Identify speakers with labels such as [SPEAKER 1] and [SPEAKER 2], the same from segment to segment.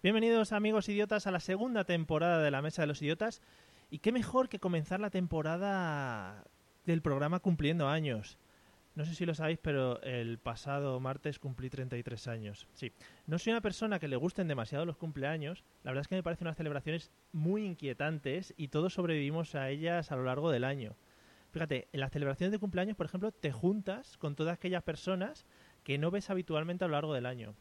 [SPEAKER 1] Bienvenidos amigos idiotas a la segunda temporada de la Mesa de los Idiotas. Y qué mejor que comenzar la temporada del programa cumpliendo años. No sé si lo sabéis, pero el pasado martes cumplí 33 años. Sí, no soy una persona que le gusten demasiado los cumpleaños. La verdad es que me parecen unas celebraciones muy inquietantes y todos sobrevivimos a ellas a lo largo del año. Fíjate, en las celebraciones de cumpleaños, por ejemplo, te juntas con todas aquellas personas que no ves habitualmente a lo largo del año.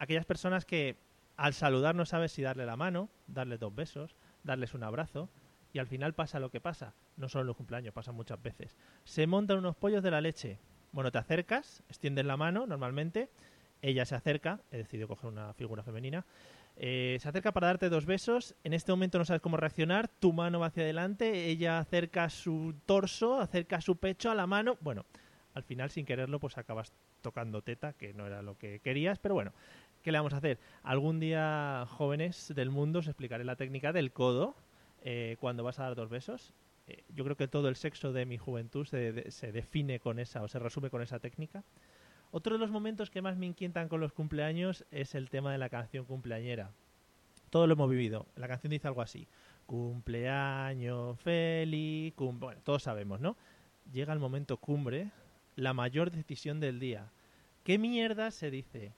[SPEAKER 1] Aquellas personas que al saludar no sabes si darle la mano, darle dos besos, darles un abrazo, y al final pasa lo que pasa. No solo en los cumpleaños, pasa muchas veces. Se montan unos pollos de la leche, bueno, te acercas, extiendes la mano normalmente, ella se acerca, he decidido coger una figura femenina, eh, se acerca para darte dos besos, en este momento no sabes cómo reaccionar, tu mano va hacia adelante, ella acerca su torso, acerca su pecho a la mano, bueno, al final sin quererlo pues acabas tocando teta, que no era lo que querías, pero bueno, ¿qué le vamos a hacer? Algún día, jóvenes del mundo, os explicaré la técnica del codo eh, cuando vas a dar dos besos, Eh, yo creo que todo el sexo de mi juventud se, de, se, define con esa o se resume con esa técnica. Otro de los momentos que más me inquietan con los cumpleaños es el tema de la canción cumpleañera. Todo lo hemos vivido. La canción dice algo así: cumpleaños feliz. Cum bueno, todos sabemos, ¿no? Llega el momento cumbre, la mayor decisión del día. ¿Qué mierda se dice?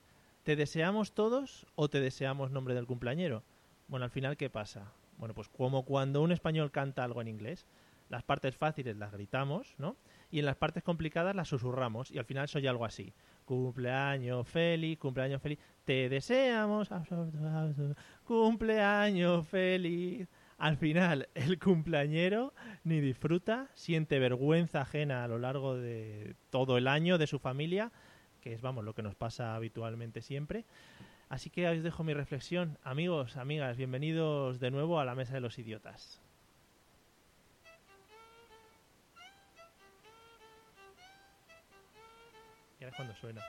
[SPEAKER 1] ¿Te deseamos todos o te deseamos nombre del cumpleañero? Bueno, al final, ¿qué pasa? Bueno, pues como cuando un español canta algo en inglés, las partes fáciles las gritamos, ¿no? Y en las partes complicadas las susurramos y al final soy algo así. Cumpleaños feliz, cumpleaños feliz, te deseamos, cumpleaños feliz. Al final, el cumpleañero ni disfruta, siente vergüenza ajena a lo largo de todo el año de su familia, que es, vamos, lo que nos pasa habitualmente siempre. Así que os dejo mi reflexión. Amigos, amigas, bienvenidos de nuevo a la Mesa de los Idiotas. Y ahora es cuando suena.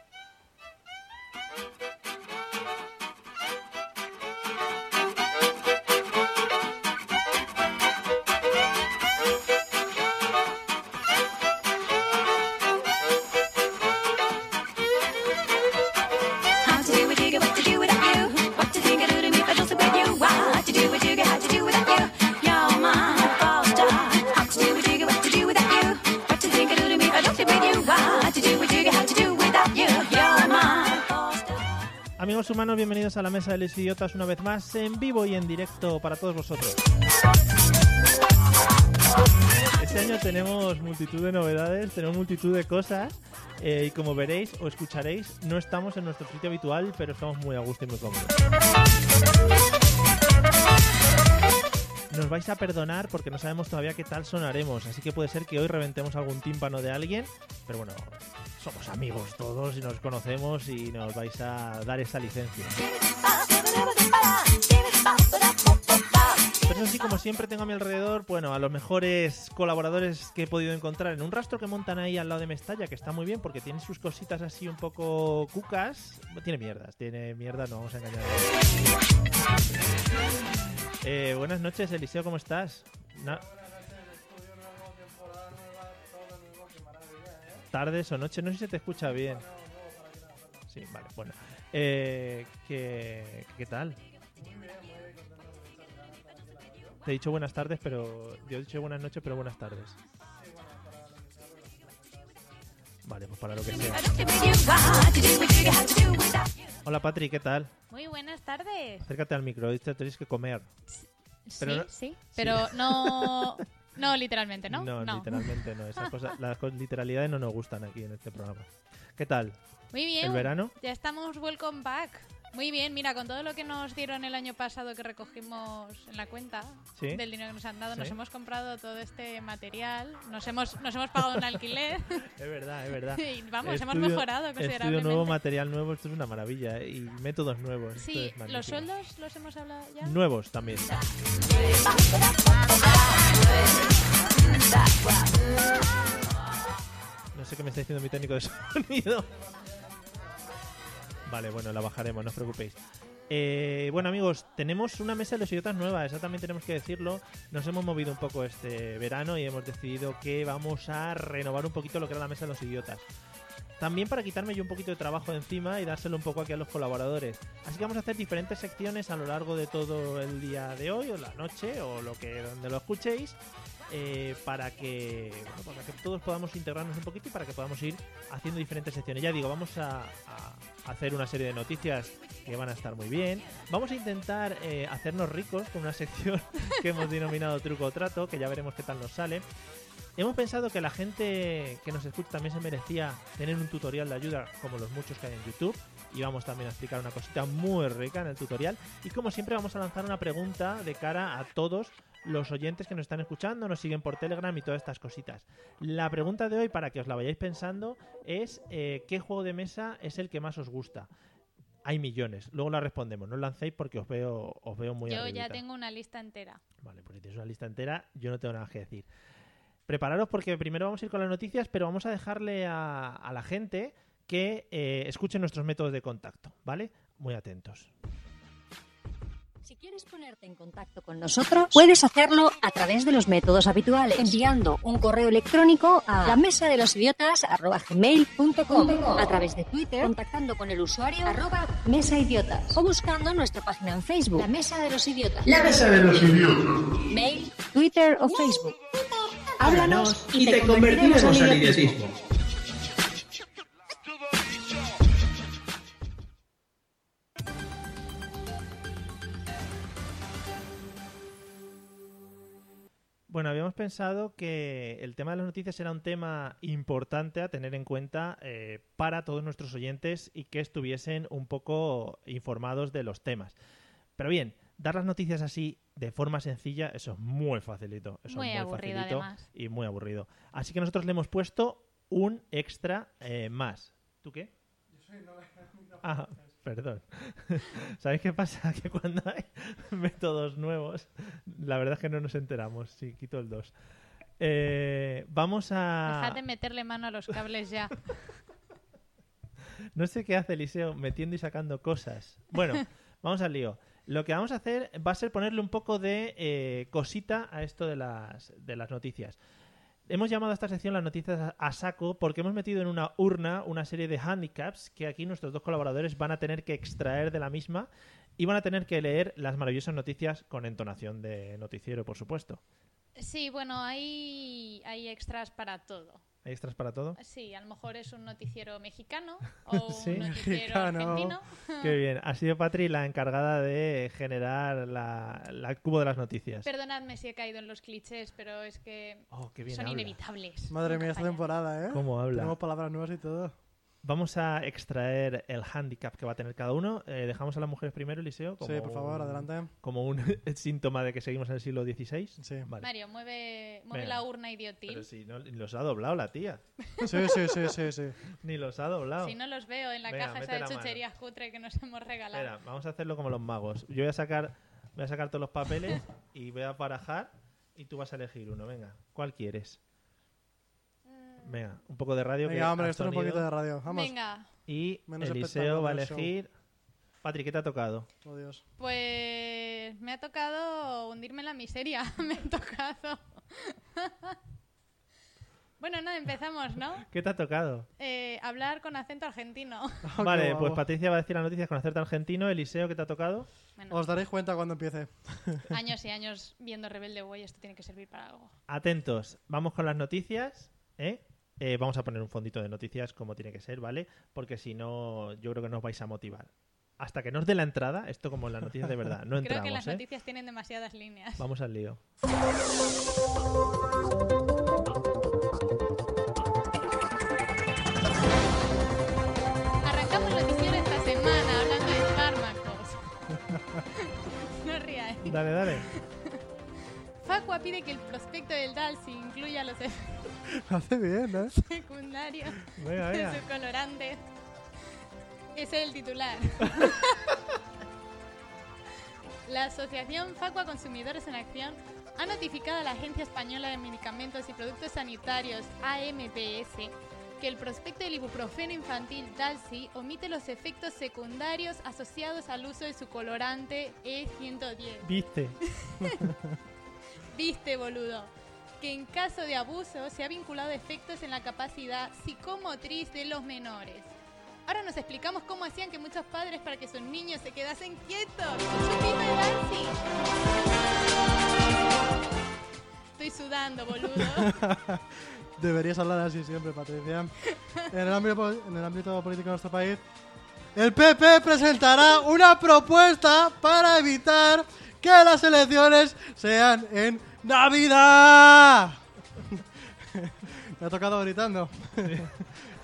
[SPEAKER 1] Amigos humanos, bienvenidos a la Mesa de los Idiotas una vez más en vivo y en directo para todos vosotros. Este año tenemos multitud de novedades, tenemos multitud de cosas eh, y como veréis o escucharéis, no estamos en nuestro sitio habitual, pero estamos muy a gusto y muy cómodos. Nos vais a perdonar porque no sabemos todavía qué tal sonaremos, así que puede ser que hoy reventemos algún tímpano de alguien, pero bueno, somos amigos todos y nos conocemos y nos vais a dar esa licencia. Pero eso sí, Pues como siempre tengo a mi alrededor, bueno, a los mejores colaboradores que he podido encontrar en un rastro que montan ahí al lado de Mestalla, que está muy bien porque tiene sus cositas así un poco cucas. Tiene mierdas, tiene mierdas, no vamos a engañar. Eh, buenas noches, Eliseo, ¿cómo estás? Na tardes o noches, no sé si se te escucha bien. Sí, vale, bueno. Eh, ¿qué, ¿Qué tal? Te he dicho buenas tardes, pero. Yo he dicho buenas noches, pero buenas tardes. Vale, pues para lo que sea. Hola, Patri, ¿qué tal?
[SPEAKER 2] Muy buenas tardes.
[SPEAKER 1] Acércate al micro, te tenéis que comer.
[SPEAKER 2] Pero sí, no... sí, pero sí. no. No, literalmente, ¿no?
[SPEAKER 1] ¿no? No, literalmente no. Esas cosas, las literalidades no nos gustan aquí en este programa. ¿Qué tal?
[SPEAKER 2] Muy bien.
[SPEAKER 1] ¿El verano?
[SPEAKER 2] Ya estamos welcome back. Muy bien, mira, con todo lo que nos dieron el año pasado que recogimos en la cuenta
[SPEAKER 1] ¿Sí?
[SPEAKER 2] del dinero que nos han dado,
[SPEAKER 1] ¿Sí?
[SPEAKER 2] nos hemos comprado todo este material, nos hemos, nos hemos pagado un alquiler.
[SPEAKER 1] es verdad, es verdad.
[SPEAKER 2] y vamos, estudio, hemos mejorado considerablemente.
[SPEAKER 1] Estudio nuevo, material nuevo, esto es una maravilla. ¿eh? Y métodos nuevos.
[SPEAKER 2] Sí,
[SPEAKER 1] esto es
[SPEAKER 2] los sueldos los hemos hablado ya.
[SPEAKER 1] Nuevos también. No sé qué me está diciendo mi técnico de sonido. Vale, bueno, la bajaremos, no os preocupéis. Eh, bueno, amigos, tenemos una mesa de los idiotas nueva, eso también tenemos que decirlo. Nos hemos movido un poco este verano y hemos decidido que vamos a renovar un poquito lo que era la mesa de los idiotas. También para quitarme yo un poquito de trabajo de encima y dárselo un poco aquí a los colaboradores. Así que vamos a hacer diferentes secciones a lo largo de todo el día de hoy, o la noche, o lo que donde lo escuchéis, eh, para, que, bueno, para que todos podamos integrarnos un poquito y para que podamos ir haciendo diferentes secciones. Ya digo, vamos a, a hacer una serie de noticias que van a estar muy bien. Vamos a intentar eh, hacernos ricos con una sección que hemos denominado truco o trato, que ya veremos qué tal nos sale. Hemos pensado que la gente que nos escucha también se merecía tener un tutorial de ayuda como los muchos que hay en YouTube y vamos también a explicar una cosita muy rica en el tutorial y como siempre vamos a lanzar una pregunta de cara a todos los oyentes que nos están escuchando, nos siguen por Telegram y todas estas cositas. La pregunta de hoy para que os la vayáis pensando es eh, ¿qué juego de mesa es el que más os gusta? Hay millones. Luego la respondemos. No os lancéis porque os veo, os veo muy
[SPEAKER 2] Yo ya
[SPEAKER 1] arribita.
[SPEAKER 2] tengo una lista entera.
[SPEAKER 1] Vale, pues si tienes una lista entera, yo no tengo nada que decir. Prepararos porque primero vamos a ir con las noticias, pero vamos a dejarle a, a la gente que eh, escuche nuestros métodos de contacto, ¿vale? Muy atentos.
[SPEAKER 3] Si quieres ponerte en contacto con nosotros, puedes hacerlo a través de los métodos habituales, enviando un correo electrónico a la mesa de los idiotas a través de Twitter, contactando con el usuario arroba mesa idiotas o buscando nuestra página en Facebook, la mesa de los idiotas.
[SPEAKER 4] La mesa de los idiotas.
[SPEAKER 3] Mail, Twitter o Facebook. Háblanos
[SPEAKER 4] Y te convertiremos al idiotismo.
[SPEAKER 1] Bueno, habíamos pensado que el tema de las noticias era un tema importante a tener en cuenta eh, para todos nuestros oyentes y que estuviesen un poco informados de los temas. Pero bien, dar las noticias así de forma sencilla, eso es muy facilito. Eso
[SPEAKER 2] Muy
[SPEAKER 1] es muy
[SPEAKER 2] aburrido,
[SPEAKER 1] facilito
[SPEAKER 2] además.
[SPEAKER 1] Y muy aburrido. Así que nosotros le hemos puesto un extra eh, más. ¿Tú qué? Yo soy Ah, perdón. ¿Sabéis qué pasa? Que cuando hay métodos nuevos, la verdad es que no nos enteramos. Sí, quito el 2. vamos a...
[SPEAKER 2] Dejad de meterle mano a los cables ya.
[SPEAKER 1] No sé qué hace Eliseo metiendo y sacando cosas. Bueno, vamos al lío. Lo que vamos a hacer va a ser ponerle un poco de eh, cosita a esto de las, de las noticias. Hemos llamado a esta sección las noticias a- a saco porque hemos metido en una urna una serie de handicaps que aquí nuestros dos colaboradores van a tener que extraer de la misma y van a tener que leer las maravillosas noticias con entonación de noticiero, por supuesto.
[SPEAKER 2] Sí, bueno, hay, hay extras para todo.
[SPEAKER 1] ¿Hay extras para todo?
[SPEAKER 2] Sí, a lo mejor es un noticiero mexicano o un
[SPEAKER 1] Sí.
[SPEAKER 2] noticiero
[SPEAKER 5] Mexicano.
[SPEAKER 2] argentino.
[SPEAKER 1] Qué bien. Ha sido Patri la encargada de generar la, la cubo de las noticias.
[SPEAKER 2] Perdonadme si he caído en los clichés, pero es que
[SPEAKER 1] Oh, qué bien
[SPEAKER 2] son
[SPEAKER 1] habla.
[SPEAKER 2] inevitables.
[SPEAKER 5] Madre
[SPEAKER 2] Nunca
[SPEAKER 5] mía, esta
[SPEAKER 2] fallan.
[SPEAKER 5] temporada, ¿eh?
[SPEAKER 1] ¿Cómo habla?
[SPEAKER 5] Tenemos palabras nuevas y todo.
[SPEAKER 1] Vamos a extraer el handicap que va a tener cada uno. Eh, dejamos a las mujeres primero, Eliseo. Como
[SPEAKER 5] Sí, por favor,
[SPEAKER 1] un-
[SPEAKER 5] adelante.
[SPEAKER 1] Como un síntoma de que seguimos en el siglo XVI.
[SPEAKER 5] Sí.
[SPEAKER 1] Vale.
[SPEAKER 2] Mario, mueve, mueve
[SPEAKER 1] Venga.
[SPEAKER 2] la urna idiotil.
[SPEAKER 1] Pero si no, ni los ha doblado la tía.
[SPEAKER 5] Sí, sí, sí, sí, sí.
[SPEAKER 1] Ni los ha doblado.
[SPEAKER 2] Si no los veo en la
[SPEAKER 1] Oh. Venga,
[SPEAKER 2] caja
[SPEAKER 1] mete
[SPEAKER 2] esa de
[SPEAKER 1] la mano.
[SPEAKER 2] chucherías cutre que nos hemos regalado.
[SPEAKER 1] Espera, vamos a hacerlo como los magos. Yo voy a sacar, voy a sacar todos los papeles y voy a barajar y tú vas a elegir uno. Venga, ¿cuál quieres?
[SPEAKER 2] Mm.
[SPEAKER 1] Venga, un poco de radio. que
[SPEAKER 5] Venga, hombre,
[SPEAKER 1] has
[SPEAKER 5] esto es un
[SPEAKER 1] sonido.
[SPEAKER 5] poquito de radio. Vamos.
[SPEAKER 2] Venga,
[SPEAKER 1] Y
[SPEAKER 5] Menos
[SPEAKER 1] Eliseo va a
[SPEAKER 5] espectáculo,
[SPEAKER 1] elegir. Patrick, ¿qué te ha tocado?
[SPEAKER 5] Oh, Dios.
[SPEAKER 2] pues me ha tocado hundirme en la miseria. me ha tocado. bueno, nada, empezamos, ¿no?
[SPEAKER 1] ¿Qué te ha tocado?
[SPEAKER 2] Eh, hablar con acento argentino.
[SPEAKER 5] Oh, qué
[SPEAKER 1] Vale,
[SPEAKER 5] guapo.
[SPEAKER 1] pues Patricia va a decir las noticias con acierto argentino. Eliseo, ¿qué te ha tocado?
[SPEAKER 2] Bueno,
[SPEAKER 5] Os daréis cuenta cuando empiece.
[SPEAKER 2] años y años viendo Rebelde Way, esto tiene que servir para algo.
[SPEAKER 1] Atentos, vamos con las noticias. ¿eh? Eh, vamos a poner un fondito de noticias como tiene que ser, ¿vale? Porque si no, yo creo que no os vais a motivar. Hasta que no os dé la entrada, esto como en las noticias de verdad, no
[SPEAKER 2] Creo
[SPEAKER 1] entramos,
[SPEAKER 2] que las
[SPEAKER 1] ¿eh?
[SPEAKER 2] noticias tienen demasiadas líneas.
[SPEAKER 1] Vamos al lío.
[SPEAKER 2] Arrancamos la noticiero esta semana hablando de fármacos. no ríais.
[SPEAKER 1] Dale, dale.
[SPEAKER 2] Facua pide que el prospecto del DALSI incluya los efectos
[SPEAKER 5] Lo hace bien, ¿eh?
[SPEAKER 2] secundarios
[SPEAKER 1] Venga,
[SPEAKER 2] de
[SPEAKER 1] venga.
[SPEAKER 2] sus colorantes. Ese es el titular. la Asociación Facua Consumidores en Acción ha notificado a la Agencia Española de Medicamentos y Productos Sanitarios, AMPS, que el prospecto del ibuprofeno infantil Dalsi omite los efectos secundarios asociados al uso de su E colorante E110.
[SPEAKER 1] Viste.
[SPEAKER 2] Viste, boludo. que en caso de abuso se ha vinculado efectos en la capacidad psicomotriz de los menores. Ahora nos explicamos cómo hacían que muchos padres para que sus niños se quedasen quietos. ¡Su misma edad, sí! Estoy sudando, boludo.
[SPEAKER 5] Deberías hablar así siempre, Patricia. En el ámbito, po- en el ámbito político de nuestro país, el PP presentará una propuesta para evitar que las elecciones sean en Navidad. Me ha tocado gritando.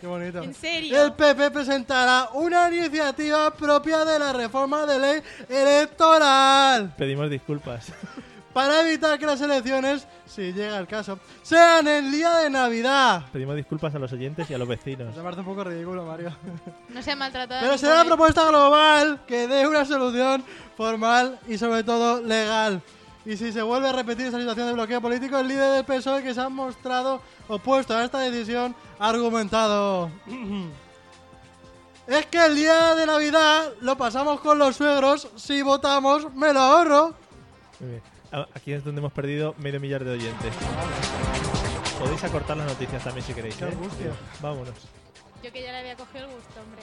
[SPEAKER 5] Qué bonito.
[SPEAKER 2] En serio.
[SPEAKER 5] El PP presentará una iniciativa propia de la reforma de ley electoral
[SPEAKER 1] Pedimos disculpas.
[SPEAKER 5] para evitar que las elecciones, si llega el caso, sean el día de Navidad.
[SPEAKER 1] Pedimos disculpas a los oyentes y a los vecinos.
[SPEAKER 5] Me parece un poco ridículo, Mario.
[SPEAKER 2] No se ha maltratado. a
[SPEAKER 5] Pero
[SPEAKER 2] ningún
[SPEAKER 5] será una
[SPEAKER 2] niño.
[SPEAKER 5] propuesta global que dé una solución formal y sobre todo legal. Y si se vuelve a repetir esa situación de bloqueo político, el líder del PSOE E que se ha mostrado opuesto a esta decisión ha argumentado. Es que el día de Navidad lo pasamos con los suegros, si votamos me lo ahorro.
[SPEAKER 1] Muy bien. A- Aquí es donde hemos perdido medio millar de oyentes. Podéis acortar las noticias también si queréis.
[SPEAKER 5] Qué
[SPEAKER 1] ¿eh?
[SPEAKER 5] angustia.
[SPEAKER 1] Vámonos.
[SPEAKER 2] Yo que ya le había cogido el gusto, hombre.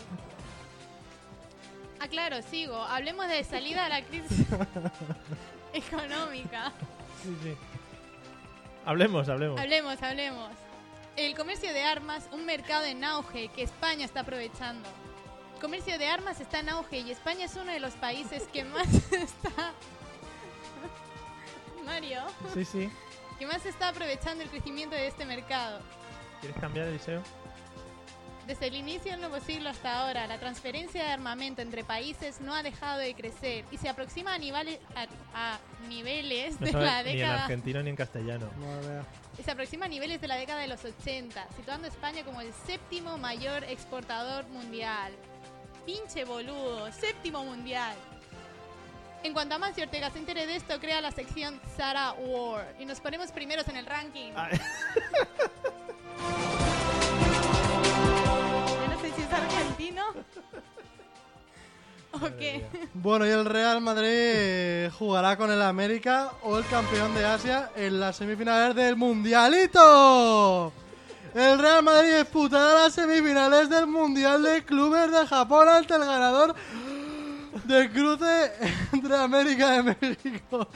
[SPEAKER 2] Ah, claro, sigo. Hablemos de salida a la crisis económica.
[SPEAKER 1] Hablemos, hablemos.
[SPEAKER 2] Hablemos, hablemos. El comercio de armas, un mercado en auge que España está aprovechando. El comercio de armas está en auge y España es uno de los países que más está... Mario,
[SPEAKER 1] Sí, sí.
[SPEAKER 2] que más está aprovechando el crecimiento de este mercado.
[SPEAKER 1] ¿Quieres cambiar el liceo?
[SPEAKER 2] Desde el inicio del nuevo siglo hasta ahora, la transferencia de armamento entre países no ha dejado de crecer y se aproxima a niveles, a, a niveles
[SPEAKER 1] No
[SPEAKER 2] de la
[SPEAKER 1] sabes ni en
[SPEAKER 2] década
[SPEAKER 1] argentino ni en castellano.
[SPEAKER 5] Madre mía.
[SPEAKER 2] se aproxima a niveles de la década de los 80, situando a España como el séptimo mayor exportador mundial. Pinche boludo, séptimo mundial. En cuanto a Mancio Ortega se entere de esto, crea la sección Sara War y nos ponemos primeros en el ranking.
[SPEAKER 1] Ah.
[SPEAKER 2] Yo no sé si es argentino o qué.
[SPEAKER 5] Bueno, y el Real Madrid jugará con el América o el campeón de Asia en las semifinales del Mundialito. El Real Madrid disputará las semifinales del Mundial de Clubes de Japón ante el ganador del cruce entre América de México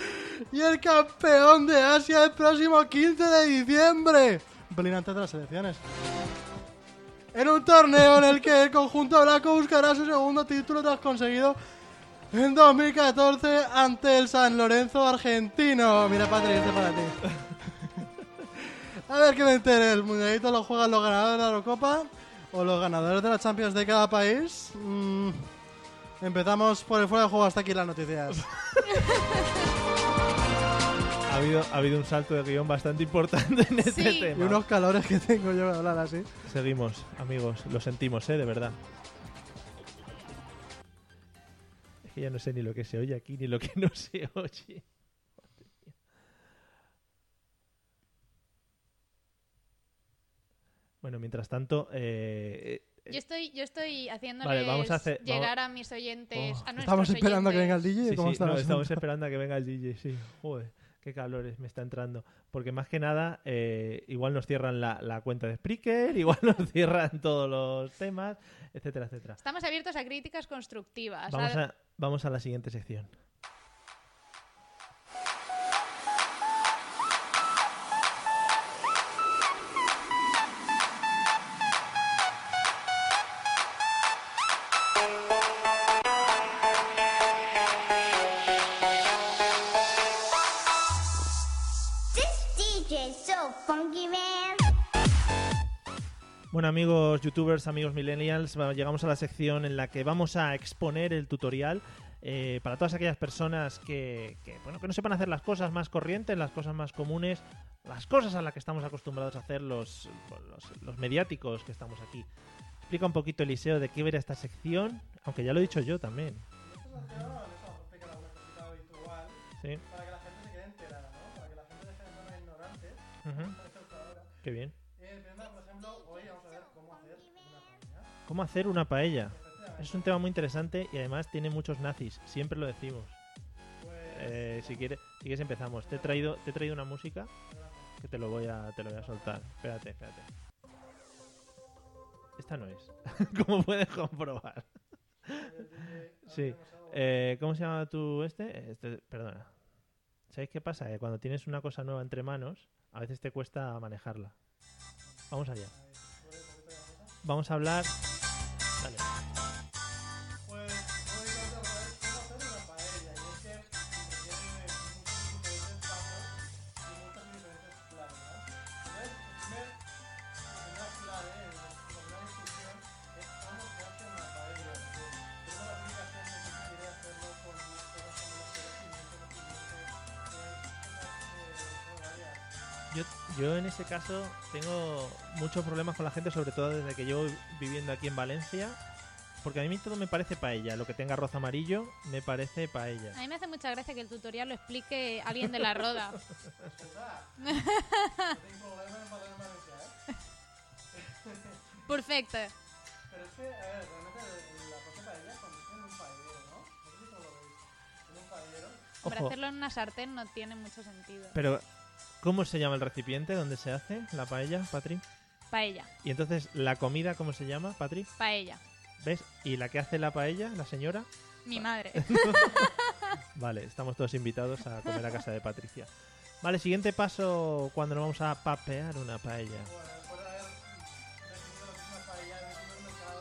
[SPEAKER 5] y el campeón de Asia el próximo 15 de diciembre. Un pelín antes de las elecciones. En un torneo en el que el conjunto blanco buscará su segundo título tras conseguido en 2014 ante el San Lorenzo argentino. Mira, Patri, este para ti. A ver que me entere. El mundialito lo juegan los ganadores de la Eurocopa o los ganadores de las Champions de cada país. Mm, Empezamos por el fuera de juego hasta aquí las noticias.
[SPEAKER 1] Ha habido, ha habido un salto de guión bastante importante en este
[SPEAKER 2] Sí.
[SPEAKER 5] Y
[SPEAKER 1] tema.
[SPEAKER 5] unos calores que tengo yo de hablar así.
[SPEAKER 1] Seguimos, amigos. Lo sentimos, ¿eh? De verdad. Es que ya no sé ni lo que se oye aquí ni lo que no se oye. Bueno, mientras tanto... eh, eh,
[SPEAKER 2] Yo estoy, yo estoy haciéndoles
[SPEAKER 1] Vale, vamos a hacer-
[SPEAKER 2] llegar a mis oyentes,
[SPEAKER 1] Oh.
[SPEAKER 2] a
[SPEAKER 5] Estamos
[SPEAKER 2] nuestros
[SPEAKER 5] esperando a que venga el
[SPEAKER 2] oyentes.
[SPEAKER 5] DJ.
[SPEAKER 1] sí,
[SPEAKER 5] ¿Cómo
[SPEAKER 1] sí,
[SPEAKER 5] está el
[SPEAKER 1] no, estamos
[SPEAKER 5] asunto?
[SPEAKER 1] esperando a que venga el DJ, sí. Joder, qué calores me está entrando. Porque más que nada, eh, igual nos cierran la, la cuenta de Spreaker, igual nos cierran todos los temas, etcétera, etcétera.
[SPEAKER 2] Estamos abiertos a críticas constructivas.
[SPEAKER 1] Vamos
[SPEAKER 2] a-
[SPEAKER 1] a, vamos a la siguiente sección.
[SPEAKER 6] This DJ's so funky, man.
[SPEAKER 1] Bueno, amigos youtubers, amigos millennials, va- llegamos a la sección en la que vamos a exponer el tutorial eh, para todas aquellas personas que, que, bueno, que no sepan hacer las cosas más corrientes, las cosas más comunes, las cosas a las que estamos acostumbrados a hacer los, pues, los, los mediáticos que estamos aquí. Explica un poquito, Eliseo, de qué verá esta sección, aunque ya lo he dicho yo también. Sí.
[SPEAKER 5] Para que la gente se quede enterada, ¿no? Para que la gente deje de ser ignorante.
[SPEAKER 1] Ujú. Qué bien.
[SPEAKER 5] Eh, primero, por ejemplo, hoy vamos a ver cómo hacer una paella.
[SPEAKER 1] ¿Cómo hacer una paella? Es un tema muy interesante y además tiene muchos nazis, siempre lo decimos.
[SPEAKER 5] Pues,
[SPEAKER 1] Eh, si quieres, si quieres empezamos. Te he traído, te he traído una música Que te lo voy a, te lo voy a soltar. Espérate, espérate. Esta no es. Como puedes comprobar. Sí. Eh, ¿Cómo se llama tú este? Este- Perdona. ¿Sabéis qué pasa? Que cuando tienes una cosa nueva entre manos, a veces te cuesta manejarla. Vamos allá. Vamos a hablar. Dale.
[SPEAKER 5] Pues hoy vamos a hacer una paella y es que ya tiene muchos diferentes pasos y muchas diferentes claves, ¿no? Entonces, el primer, la primera clave, la primera instrucción es cómo se hace una paella. Tengo la aplicación de que quiere hacerlo con más cosas como los conocimientos, los conocimientos, varias.
[SPEAKER 1] Yo, yo en ese caso tengo muchos problemas con la gente, sobre todo desde que llevo viviendo aquí en Valencia, porque a mí todo me parece paella. Lo que tenga arroz amarillo me parece paella.
[SPEAKER 2] A mí me hace mucha gracia que el tutorial lo explique alguien de la roda.
[SPEAKER 5] Tengo problemas en poder manejar, ¿eh?
[SPEAKER 2] Perfecto.
[SPEAKER 5] Pero es que, a ver, realmente la cosa paella consiste en un paellero, ¿no? No sé si cómo lo veis. En un paellero.
[SPEAKER 2] Hombre,
[SPEAKER 1] Ojo.
[SPEAKER 2] hacerlo en una sartén no tiene mucho sentido.
[SPEAKER 1] Pero, ¿cómo se llama el recipiente donde se hace la paella, Patri?
[SPEAKER 2] Paella,
[SPEAKER 1] Y entonces, ¿la comida cómo se llama, Patri?
[SPEAKER 2] paella.
[SPEAKER 1] ¿Ves? ¿Y la que hace la paella, la señora?
[SPEAKER 2] Mi madre.
[SPEAKER 1] Vale, estamos todos invitados a comer a casa de Patricia. Vale, siguiente paso cuando nos vamos a papear una paella.
[SPEAKER 5] Bueno, después de haber definido lo que es una paella en el supermercado,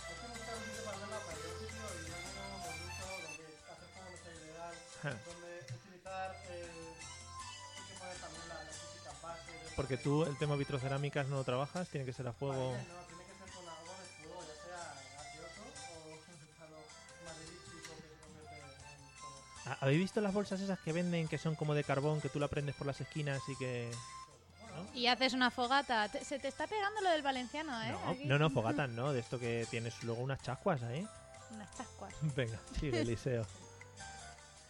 [SPEAKER 5] hay que buscar un sitio para hacer la paella. Un sitio digno, bonito, donde hacer como lo general,
[SPEAKER 1] Ja.
[SPEAKER 5] donde utilizar el... Hay que poner también la, la típica base de...
[SPEAKER 1] Porque tú el tema vitrocerámicas no lo trabajas, tiene que ser a fuego.
[SPEAKER 5] Paella, no, tiene que ser con algo de fuego, ya sea gaseoso o algo maderístico que se convierte en fuego.
[SPEAKER 1] ¿Ha- ¿Habéis visto las bolsas esas que venden que son como de carbón, que tú la prendes por las esquinas y que...
[SPEAKER 2] Y haces una fogata. Te- se te está pegando lo del valenciano, ¿eh?
[SPEAKER 1] No,
[SPEAKER 2] Aquí.
[SPEAKER 1] no, no, fogatas, no, de esto que tienes luego unas chascuas ahí.
[SPEAKER 2] Unas chascuas.
[SPEAKER 1] Venga, sigue Eliseo.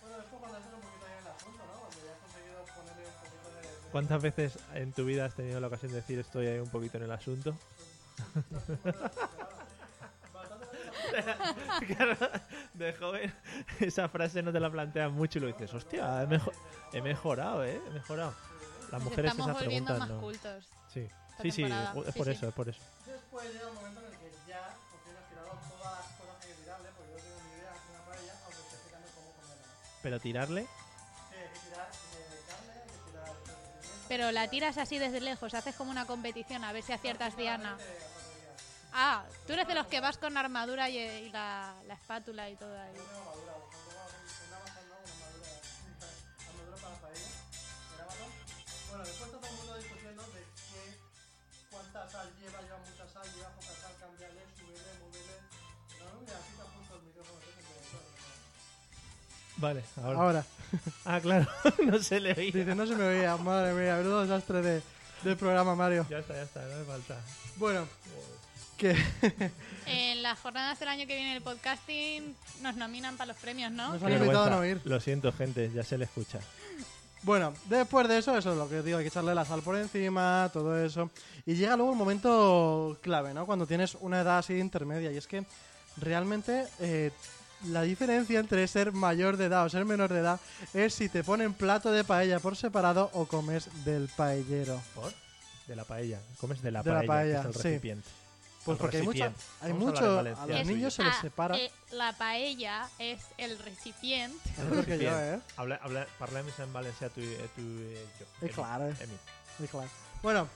[SPEAKER 5] Bueno, después cuando haces un poquito ahí el asunto, ¿no? Cuando ya has conseguido ponerle un poquito de... de-
[SPEAKER 1] ¿Cuántas veces en tu vida has tenido la ocasión de decir estoy ahí un poquito en el asunto? Claro, de joven esa frase no te la planteas mucho y lo dices, hostia, he, mejo- he mejorado, ¿eh? He mejorado. Las
[SPEAKER 2] Nos
[SPEAKER 1] mujeres
[SPEAKER 2] estamos
[SPEAKER 1] esas
[SPEAKER 2] volviendo
[SPEAKER 1] preguntas
[SPEAKER 2] más
[SPEAKER 1] no.
[SPEAKER 2] cultos.
[SPEAKER 1] Sí,
[SPEAKER 2] esta
[SPEAKER 1] sí, sí,
[SPEAKER 2] temporada.
[SPEAKER 1] es
[SPEAKER 2] Sí,
[SPEAKER 1] por
[SPEAKER 2] sí.
[SPEAKER 1] eso, es por eso.
[SPEAKER 5] Después llega un momento en el que ya pues, tienes tirado todas las cosas que hay que tirarle, porque yo no tengo ni idea de una paella, aunque esté explicando cómo comerla.
[SPEAKER 1] Pero tirarle,
[SPEAKER 5] Sí, hay que tirar eh, carne, hay que tirar... eh,
[SPEAKER 2] Pero la tiras así desde lejos, haces como una competición a ver si aciertas Diana. Ah, tú eres de los que vas con armadura y, eh, y la, la espátula y todo ahí.
[SPEAKER 5] armadura para la paella, grábalo. Bueno, después todo el mundo discutiendo de qué, cuánta sal lleva, lleva mucha sal, lleva poca sal, cambiarle, subirle, moverle. No, no, mira, así te apunto el micrófono, que te
[SPEAKER 1] vale, ahora. Ah, claro, no se le oía.
[SPEAKER 5] no se me veía, madre mía, menudo desastre de, del programa, Mario.
[SPEAKER 1] Ya está, ya está, no me falta.
[SPEAKER 5] Bueno, que
[SPEAKER 2] En las jornadas del año que viene el podcasting nos nominan para los premios, ¿no?
[SPEAKER 5] Nos han invitado a no ir.
[SPEAKER 1] Vergüenza. Lo siento, gente, ya se le escucha.
[SPEAKER 5] Bueno, después de eso, eso es lo que os digo, hay que echarle la sal por encima, todo eso. Y llega luego el momento clave, ¿no? Cuando tienes una edad así intermedia. Y es que realmente eh, la diferencia entre ser mayor de edad o ser menor de edad es si te ponen plato de paella por separado o comes del paellero.
[SPEAKER 1] ¿Por? De la paella. Comes de la
[SPEAKER 5] De la
[SPEAKER 1] paella,
[SPEAKER 5] paella,
[SPEAKER 1] que es el
[SPEAKER 5] sí.
[SPEAKER 1] recipiente.
[SPEAKER 5] Pues
[SPEAKER 1] El
[SPEAKER 5] porque hay, mucha,
[SPEAKER 1] recipiente.
[SPEAKER 5] hay
[SPEAKER 1] Vamos a
[SPEAKER 5] mucho...
[SPEAKER 1] hablar en
[SPEAKER 5] A los
[SPEAKER 1] valenciano.
[SPEAKER 5] niños se les
[SPEAKER 2] Ah,
[SPEAKER 5] separa...
[SPEAKER 2] eh, la paella es el recipiente.
[SPEAKER 5] Mejor que yo, ¿eh?
[SPEAKER 1] Habla, habla, parlem en valencià tu, i- eh, tu i jo.
[SPEAKER 5] Eh,
[SPEAKER 1] Emi,
[SPEAKER 5] claro.
[SPEAKER 1] Emi.
[SPEAKER 5] Muy claro. Bueno,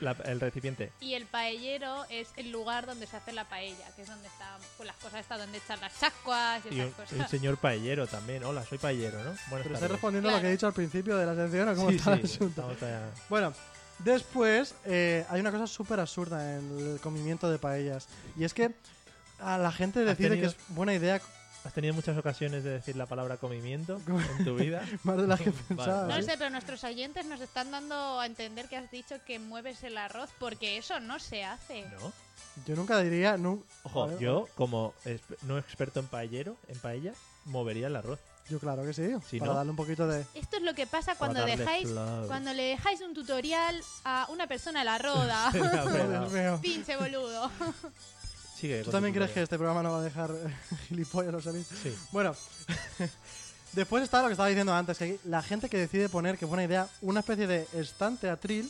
[SPEAKER 1] La- el recipiente.
[SPEAKER 2] Y el paellero es el lugar donde se hace la paella, que es donde están pues, las cosas, está donde echar las chascuas y
[SPEAKER 1] Y un,
[SPEAKER 2] esas
[SPEAKER 5] eh,
[SPEAKER 1] un
[SPEAKER 2] cosas.
[SPEAKER 1] señor paellero también. Hola, soy paellero, ¿no? Buenas
[SPEAKER 5] pero estoy
[SPEAKER 1] tardes.
[SPEAKER 5] respondiendo a lo que
[SPEAKER 2] Claro.
[SPEAKER 5] he dicho al principio de la sección o cómo
[SPEAKER 1] Sí,
[SPEAKER 5] está el
[SPEAKER 1] sí,
[SPEAKER 5] asunto.
[SPEAKER 1] estamos todavía-
[SPEAKER 5] Bueno, después eh, hay una cosa súper absurda en el comimiento de paellas. Y es que a la gente decide
[SPEAKER 1] tenido-
[SPEAKER 5] que es buena idea
[SPEAKER 1] ¿Has tenido muchas ocasiones de decir la palabra comimiento en tu vida?
[SPEAKER 5] más de las que pensaba.
[SPEAKER 1] vale.
[SPEAKER 2] No
[SPEAKER 5] ¿eh?
[SPEAKER 2] sé, pero nuestros oyentes nos están dando a entender que has dicho que mueves el arroz, porque eso no se hace.
[SPEAKER 1] No.
[SPEAKER 5] Yo nunca diría... nu- A
[SPEAKER 1] Ojo,
[SPEAKER 5] ver,
[SPEAKER 1] yo, como exp- no experto en paellero, en paella, movería el arroz.
[SPEAKER 5] Yo claro que sí,
[SPEAKER 1] Si
[SPEAKER 5] para
[SPEAKER 1] no-
[SPEAKER 5] darle un poquito de...
[SPEAKER 2] Esto es lo que pasa cuando
[SPEAKER 1] darle
[SPEAKER 2] dejáis
[SPEAKER 1] flow.
[SPEAKER 2] cuando le dejáis un tutorial a una persona a la
[SPEAKER 5] Ah,
[SPEAKER 1] La
[SPEAKER 2] roda.
[SPEAKER 5] Dios
[SPEAKER 1] verdad.
[SPEAKER 5] mío.
[SPEAKER 2] Pinche boludo.
[SPEAKER 1] Sigue.
[SPEAKER 5] ¿Tú
[SPEAKER 1] con
[SPEAKER 5] también
[SPEAKER 1] tu
[SPEAKER 5] crees que
[SPEAKER 1] paella.
[SPEAKER 5] este programa no va a dejar eh, gilipollas no salir?
[SPEAKER 1] Sí.
[SPEAKER 5] Bueno, Después está lo que estaba diciendo antes, que hay la gente que decide poner, que buena idea, una especie de estante atril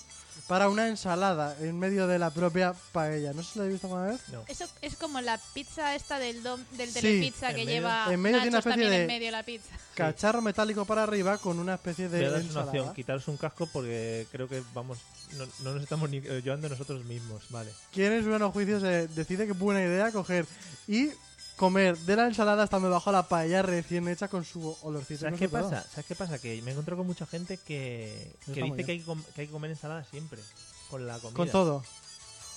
[SPEAKER 5] para una ensalada en medio de la propia paella. No sé si lo he visto alguna vez.
[SPEAKER 1] No.
[SPEAKER 2] Eso es como la pizza esta del, dom- del
[SPEAKER 5] Sí,
[SPEAKER 2] telepizza
[SPEAKER 1] en
[SPEAKER 2] que
[SPEAKER 1] medio-
[SPEAKER 2] lleva
[SPEAKER 5] en medio tiene una
[SPEAKER 2] nachos
[SPEAKER 5] especie
[SPEAKER 2] también
[SPEAKER 5] de-
[SPEAKER 2] en medio de la pizza.
[SPEAKER 5] Cacharro metálico para arriba con una especie de
[SPEAKER 1] Voy a daros una
[SPEAKER 5] ensalada.
[SPEAKER 1] opción, quitaros un casco porque creo que vamos, no, no nos estamos ni eh, llevando nosotros mismos, vale.
[SPEAKER 5] Quien en su bueno juicio se decide que es buena idea coger y comer de la ensalada hasta me bajo la paella recién hecha con su olorcito.
[SPEAKER 1] ¿Sabes
[SPEAKER 5] No
[SPEAKER 1] qué
[SPEAKER 5] sé, todo.
[SPEAKER 1] pasa? ¿Sabes qué pasa? Que me encuentro con mucha gente que,
[SPEAKER 5] Eso
[SPEAKER 1] que
[SPEAKER 5] está muy
[SPEAKER 1] dice
[SPEAKER 5] bien.
[SPEAKER 1] que hay que, com- que hay que comer ensalada siempre, con la comida.
[SPEAKER 5] Con todo.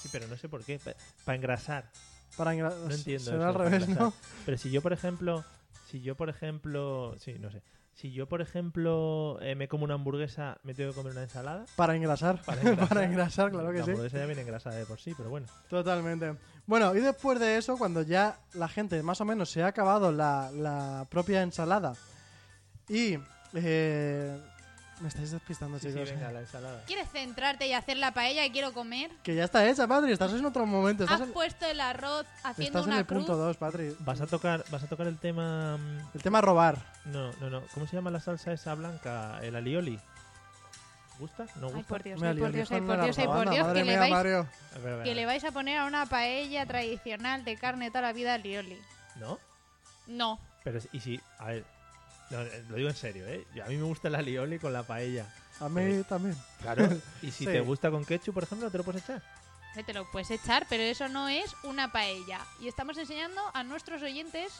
[SPEAKER 1] Sí, pero no sé por qué, para engrasar.
[SPEAKER 5] Para engra-
[SPEAKER 1] No entiendo.
[SPEAKER 5] Será al
[SPEAKER 1] eso, para
[SPEAKER 5] revés, ¿no?
[SPEAKER 1] engrasar. Pero si yo, por ejemplo, si yo, por ejemplo, sí, no sé. Si yo, por ejemplo, eh, me como una hamburguesa, me tengo que comer una ensalada.
[SPEAKER 5] Para engrasar.
[SPEAKER 1] Para engrasar.
[SPEAKER 5] Para engrasar, claro que
[SPEAKER 1] la
[SPEAKER 5] sí.
[SPEAKER 1] hamburguesa ya viene engrasada de por sí, pero bueno.
[SPEAKER 5] Totalmente. Bueno, y después de eso, cuando ya la gente más o menos se ha acabado la, la propia ensalada y... eh, me estáis despistando,
[SPEAKER 1] Sí, sí,
[SPEAKER 5] chicos.
[SPEAKER 1] venga, la ensalada.
[SPEAKER 2] ¿Quieres centrarte y hacer la paella que quiero comer?
[SPEAKER 5] Que ya está hecha, Patri. Estás en otro momento. Estás,
[SPEAKER 2] Has
[SPEAKER 5] en,
[SPEAKER 2] puesto el arroz haciendo
[SPEAKER 5] estás en
[SPEAKER 2] una
[SPEAKER 5] el
[SPEAKER 2] cruz.
[SPEAKER 5] punto 2, Patri.
[SPEAKER 1] ¿Vas a tocar, vas a tocar el tema mm,
[SPEAKER 5] El tema robar.
[SPEAKER 1] No, no, no. ¿Cómo se llama la salsa esa blanca? El alioli. ¿Gusta? ¿No
[SPEAKER 2] Ay,
[SPEAKER 1] gusta?
[SPEAKER 2] por Dios,
[SPEAKER 5] Me
[SPEAKER 2] ay,
[SPEAKER 5] lió,
[SPEAKER 2] por
[SPEAKER 5] el
[SPEAKER 2] Dios,
[SPEAKER 5] hijo
[SPEAKER 2] ay,
[SPEAKER 5] de
[SPEAKER 2] por
[SPEAKER 5] la
[SPEAKER 2] Dios, ay, por
[SPEAKER 5] rabana,
[SPEAKER 2] Dios,
[SPEAKER 5] madre
[SPEAKER 2] que le
[SPEAKER 5] mía,
[SPEAKER 2] vais
[SPEAKER 5] Mario.
[SPEAKER 1] A ver, a ver,
[SPEAKER 2] que
[SPEAKER 1] a
[SPEAKER 2] le
[SPEAKER 1] ver.
[SPEAKER 2] vais a poner a una paella tradicional de carne toda la vida lioli.
[SPEAKER 1] ¿No?
[SPEAKER 2] No,
[SPEAKER 1] Pero, es- y si, a ver, no, eh, lo digo en serio, ¿eh? Yo- A mí me gusta el alioli con la paella.
[SPEAKER 5] A mí también.
[SPEAKER 1] Claro. Y si
[SPEAKER 5] Sí.
[SPEAKER 1] te gusta con ketchup, por ejemplo, te lo puedes echar.
[SPEAKER 2] se te lo puedes echar, pero eso no es una paella. Y estamos enseñando a nuestros oyentes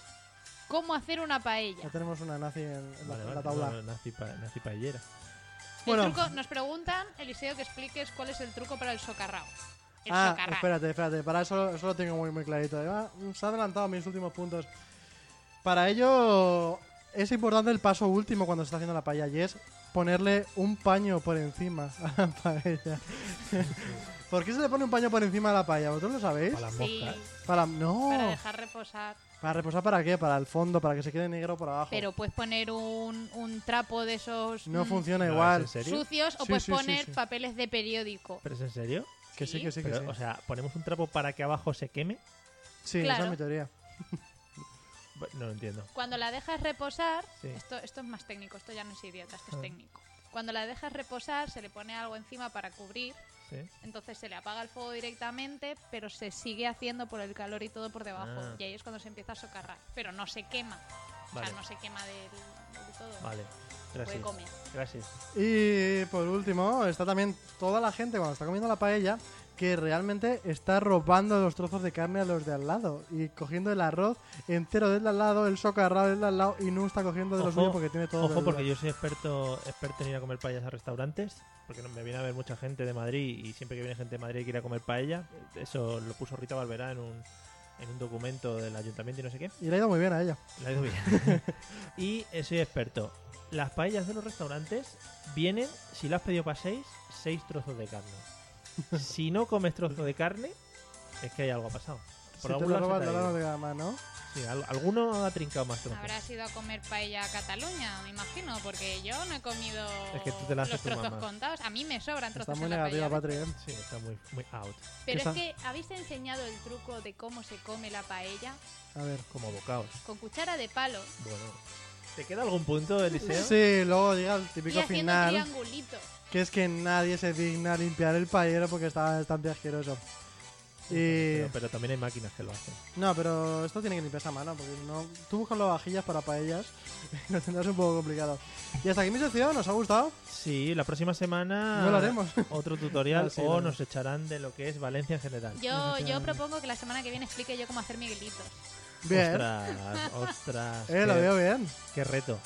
[SPEAKER 2] cómo hacer una paella.
[SPEAKER 5] Ya tenemos una nazi en, en la,
[SPEAKER 1] Vale,
[SPEAKER 5] en
[SPEAKER 1] vale.
[SPEAKER 5] la tabla.
[SPEAKER 1] No, no, nazi, pa- nazi paellera.
[SPEAKER 5] Bueno.
[SPEAKER 2] El truco, nos preguntan, Eliseo, que expliques cuál es el truco para el socarrao. El
[SPEAKER 5] ah,
[SPEAKER 2] socarrao.
[SPEAKER 5] espérate, espérate. Para eso, eso lo tengo muy, muy clarito. Además, mm, se ha adelantado a mis últimos puntos. Para ello es importante el paso último cuando se está haciendo la paella y es ponerle un paño por encima a la paella. ¿Por qué se le pone un paño por encima a la paella? ¿Vosotros lo sabéis?
[SPEAKER 1] Para las
[SPEAKER 2] Sí,
[SPEAKER 1] moscas.
[SPEAKER 5] Para... No.
[SPEAKER 2] para dejar reposar.
[SPEAKER 5] ¿Para reposar para qué? Para el fondo, para que se quede negro por abajo.
[SPEAKER 2] Pero puedes poner un, un trapo de esos
[SPEAKER 5] No
[SPEAKER 2] mm,
[SPEAKER 5] funciona
[SPEAKER 1] No,
[SPEAKER 5] igual.
[SPEAKER 1] ¿es en serio?
[SPEAKER 2] sucios o
[SPEAKER 5] Sí,
[SPEAKER 2] puedes
[SPEAKER 5] sí, sí,
[SPEAKER 2] poner
[SPEAKER 5] sí.
[SPEAKER 2] papeles de periódico.
[SPEAKER 1] ¿Pero es en serio?
[SPEAKER 5] Que sí,
[SPEAKER 2] Sí.
[SPEAKER 5] que sí, que
[SPEAKER 1] Pero,
[SPEAKER 5] sí.
[SPEAKER 1] O sea, ¿ponemos un trapo para que abajo se queme?
[SPEAKER 5] sí, esa es
[SPEAKER 2] claro.
[SPEAKER 5] mi teoría.
[SPEAKER 1] Bu- No lo entiendo.
[SPEAKER 2] Cuando la dejas reposar,
[SPEAKER 1] Sí.
[SPEAKER 2] esto, esto es más técnico, esto ya no es idiota, esto
[SPEAKER 1] Ah.
[SPEAKER 2] es técnico. Cuando la dejas reposar, se le pone algo encima para cubrir,
[SPEAKER 1] ¿Sí?
[SPEAKER 2] entonces se le apaga el fuego directamente, pero se sigue haciendo por el calor y todo por debajo.
[SPEAKER 1] Ah.
[SPEAKER 2] Y ahí es cuando se empieza a socarrar, pero no se quema. O
[SPEAKER 1] Vale.
[SPEAKER 2] sea, no se quema del, del todo.
[SPEAKER 1] Vale.
[SPEAKER 2] Se Puede
[SPEAKER 1] Gracias.
[SPEAKER 2] comer.
[SPEAKER 1] Gracias.
[SPEAKER 5] Y por último, está también toda la gente cuando está comiendo la paella que realmente está robando los trozos de carne a los de al lado y cogiendo el arroz entero del de al lado, el socarrado del de al lado y no está cogiendo de los
[SPEAKER 1] Ojo,
[SPEAKER 5] suyos porque tiene todo.
[SPEAKER 1] Ojo,
[SPEAKER 5] verdura.
[SPEAKER 1] porque yo soy experto, experto en ir a comer paellas a restaurantes, porque no- me viene a ver mucha gente de Madrid y siempre que viene gente de Madrid que ir a comer paella, eso lo puso Rita Barberá en un, en un documento del ayuntamiento y no sé qué,
[SPEAKER 5] Y le ha ido muy bien a ella.
[SPEAKER 1] la he ido bien. y eh, soy experto. Las paellas de los restaurantes vienen, si lo has pedido para seis, seis trozos de carne. Si no comes trozo de carne, es que hay algo ha pasado.
[SPEAKER 5] Si
[SPEAKER 1] Por
[SPEAKER 5] te
[SPEAKER 1] algún
[SPEAKER 5] lo
[SPEAKER 1] lado se
[SPEAKER 5] robas,
[SPEAKER 1] te ha
[SPEAKER 5] lo
[SPEAKER 1] ido.
[SPEAKER 5] no te queda más, ¿no?
[SPEAKER 1] Sí, al- alguno ha trincado más trozos.
[SPEAKER 2] Habrás ido a comer paella a Cataluña, me imagino, porque yo no he comido
[SPEAKER 1] Es que tú te la haces
[SPEAKER 2] los
[SPEAKER 1] tu
[SPEAKER 2] trozos
[SPEAKER 1] mamá.
[SPEAKER 2] contados. A mí me sobran trozos
[SPEAKER 5] Está muy
[SPEAKER 2] en la
[SPEAKER 5] negativa,
[SPEAKER 2] paella.
[SPEAKER 5] Patri. ¿eh?
[SPEAKER 1] Sí, está muy, muy out,
[SPEAKER 2] Pero
[SPEAKER 5] Quizá-
[SPEAKER 2] es que habéis enseñado el truco de cómo se come la paella
[SPEAKER 5] A ver.
[SPEAKER 1] como bocaos.
[SPEAKER 2] con cuchara de palo
[SPEAKER 1] Bueno, ¿te queda algún punto, Eliseo?
[SPEAKER 5] Sí, luego llega el
[SPEAKER 2] y
[SPEAKER 5] típico
[SPEAKER 2] haciendo
[SPEAKER 5] final,
[SPEAKER 2] triangulito.
[SPEAKER 5] que es que nadie se digna a limpiar el paellero porque está bastante asqueroso. Y...
[SPEAKER 1] Pero, pero también hay máquinas que lo hacen.
[SPEAKER 5] No, pero esto tiene que limpiarse a mano, porque no. Tú buscas las vajillas para paellas, lo tendrás un poco complicado. Y hasta aquí mi sección, ¿os ha gustado?
[SPEAKER 1] Sí, la próxima semana
[SPEAKER 5] No lo haremos.
[SPEAKER 1] otro tutorial
[SPEAKER 5] No, sí,
[SPEAKER 1] o
[SPEAKER 5] no.
[SPEAKER 1] nos echarán de lo que es Valencia en general.
[SPEAKER 2] Yo, yo propongo que la semana que viene explique yo cómo hacer miguelitos.
[SPEAKER 5] Bien,
[SPEAKER 1] Ostras, ostras.
[SPEAKER 5] eh, lo
[SPEAKER 1] qué,
[SPEAKER 5] veo bien.
[SPEAKER 1] qué reto.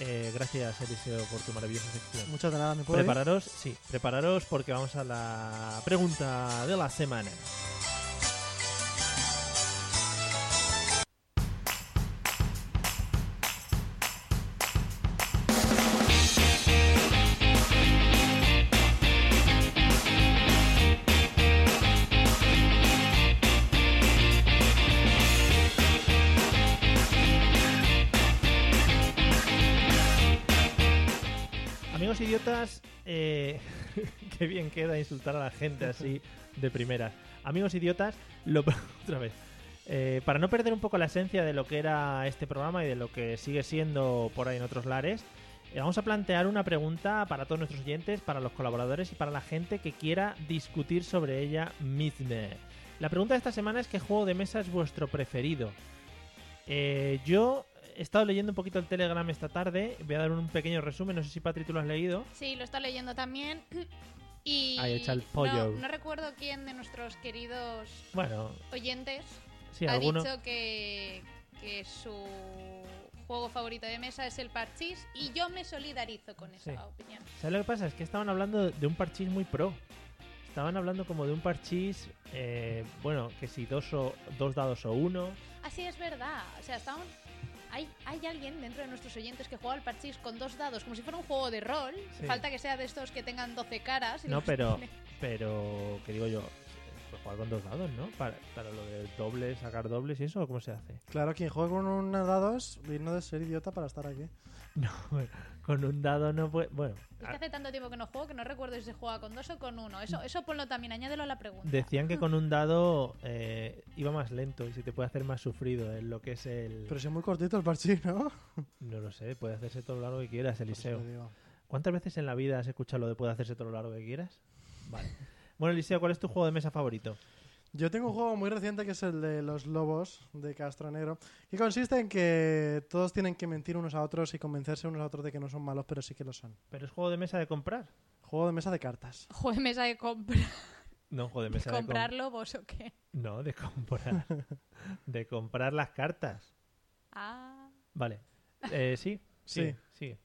[SPEAKER 1] Eh, gracias, Eliseo, por tu maravillosa sección.
[SPEAKER 5] Muchas de nada, me puedo ir?
[SPEAKER 1] Prepararos, sí, prepararos porque vamos a la pregunta de la semana. Amigos idiotas, eh, qué bien queda insultar a la gente así de primera. Amigos idiotas, lo, otra vez. Eh, para no perder un poco la esencia de lo que era este programa y de lo que sigue siendo por ahí en otros lares, eh, vamos a plantear una pregunta para todos nuestros oyentes, para los colaboradores y para la gente que quiera discutir sobre ella misma. La pregunta de esta semana es qué juego de mesa es vuestro preferido. Eh, yo he estado leyendo un poquito el Telegram esta tarde, voy a dar un pequeño resumen, no sé si Patri tú lo has leído.
[SPEAKER 2] Sí, lo está leyendo también. Y
[SPEAKER 1] Ahí echa el pollo.
[SPEAKER 2] No, no recuerdo quién de nuestros queridos
[SPEAKER 1] Bueno,
[SPEAKER 2] oyentes
[SPEAKER 1] sí,
[SPEAKER 2] ha
[SPEAKER 1] alguno...
[SPEAKER 2] dicho que, que su juego favorito de mesa es el parchís y yo me solidarizo con esa
[SPEAKER 1] Sí.
[SPEAKER 2] opinión.
[SPEAKER 1] ¿Sabes lo que pasa? Es que estaban hablando de un parchís muy pro. Estaban hablando como de un parchís, eh, bueno, que si dos, o, dos dados o uno.
[SPEAKER 2] Así es verdad. O sea, está un- Hay, hay alguien dentro de nuestros oyentes que juega al parchís con dos dados, como si fuera un juego de rol.
[SPEAKER 1] Sí.
[SPEAKER 2] Falta que sea de estos que tengan 12 caras. y
[SPEAKER 1] No,
[SPEAKER 2] los
[SPEAKER 1] pero,
[SPEAKER 2] pone-
[SPEAKER 1] pero, que digo yo, pues jugar con dos dados, ¿no? Para, para lo de dobles, sacar dobles y eso, ¿o ¿cómo se hace?
[SPEAKER 5] Claro, quien juega con unos dados, digno de ser idiota para estar aquí.
[SPEAKER 1] No, bueno, con un dado no puede. Bueno, ah,
[SPEAKER 2] Es que hace tanto tiempo que no juego que no recuerdo si se juega con dos o con uno. Eso, eso ponlo también, añádelo a la pregunta.
[SPEAKER 1] decían que con un dado eh, iba más lento y se te puede hacer más sufrido en lo que es el.
[SPEAKER 5] Pero si es muy cortito el parchís, ¿no?
[SPEAKER 1] No lo sé, puede hacerse todo lo largo que quieras,
[SPEAKER 5] Por eso
[SPEAKER 1] Eliseo.
[SPEAKER 5] te digo.
[SPEAKER 1] ¿Cuántas veces en la vida has escuchado lo de puede hacerse todo lo largo que quieras? Vale. Bueno, Eliseo, ¿cuál es tu juego de mesa favorito?
[SPEAKER 5] Yo tengo un juego muy reciente que es el de los lobos de Castro Negro, que consiste en que todos tienen que mentir unos a otros y convencerse unos a otros de que no son malos, pero sí que lo son.
[SPEAKER 1] ¿Pero es juego de mesa de comprar?
[SPEAKER 5] Juego de mesa de cartas.
[SPEAKER 2] Juego de mesa de compra-
[SPEAKER 1] No, juego de mesa de
[SPEAKER 2] comprar lobos o
[SPEAKER 1] com-
[SPEAKER 2] qué.
[SPEAKER 1] No, de comprar. de comprar las cartas.
[SPEAKER 2] Ah.
[SPEAKER 1] Vale. Eh, sí, sí,
[SPEAKER 5] Sí.
[SPEAKER 1] sí.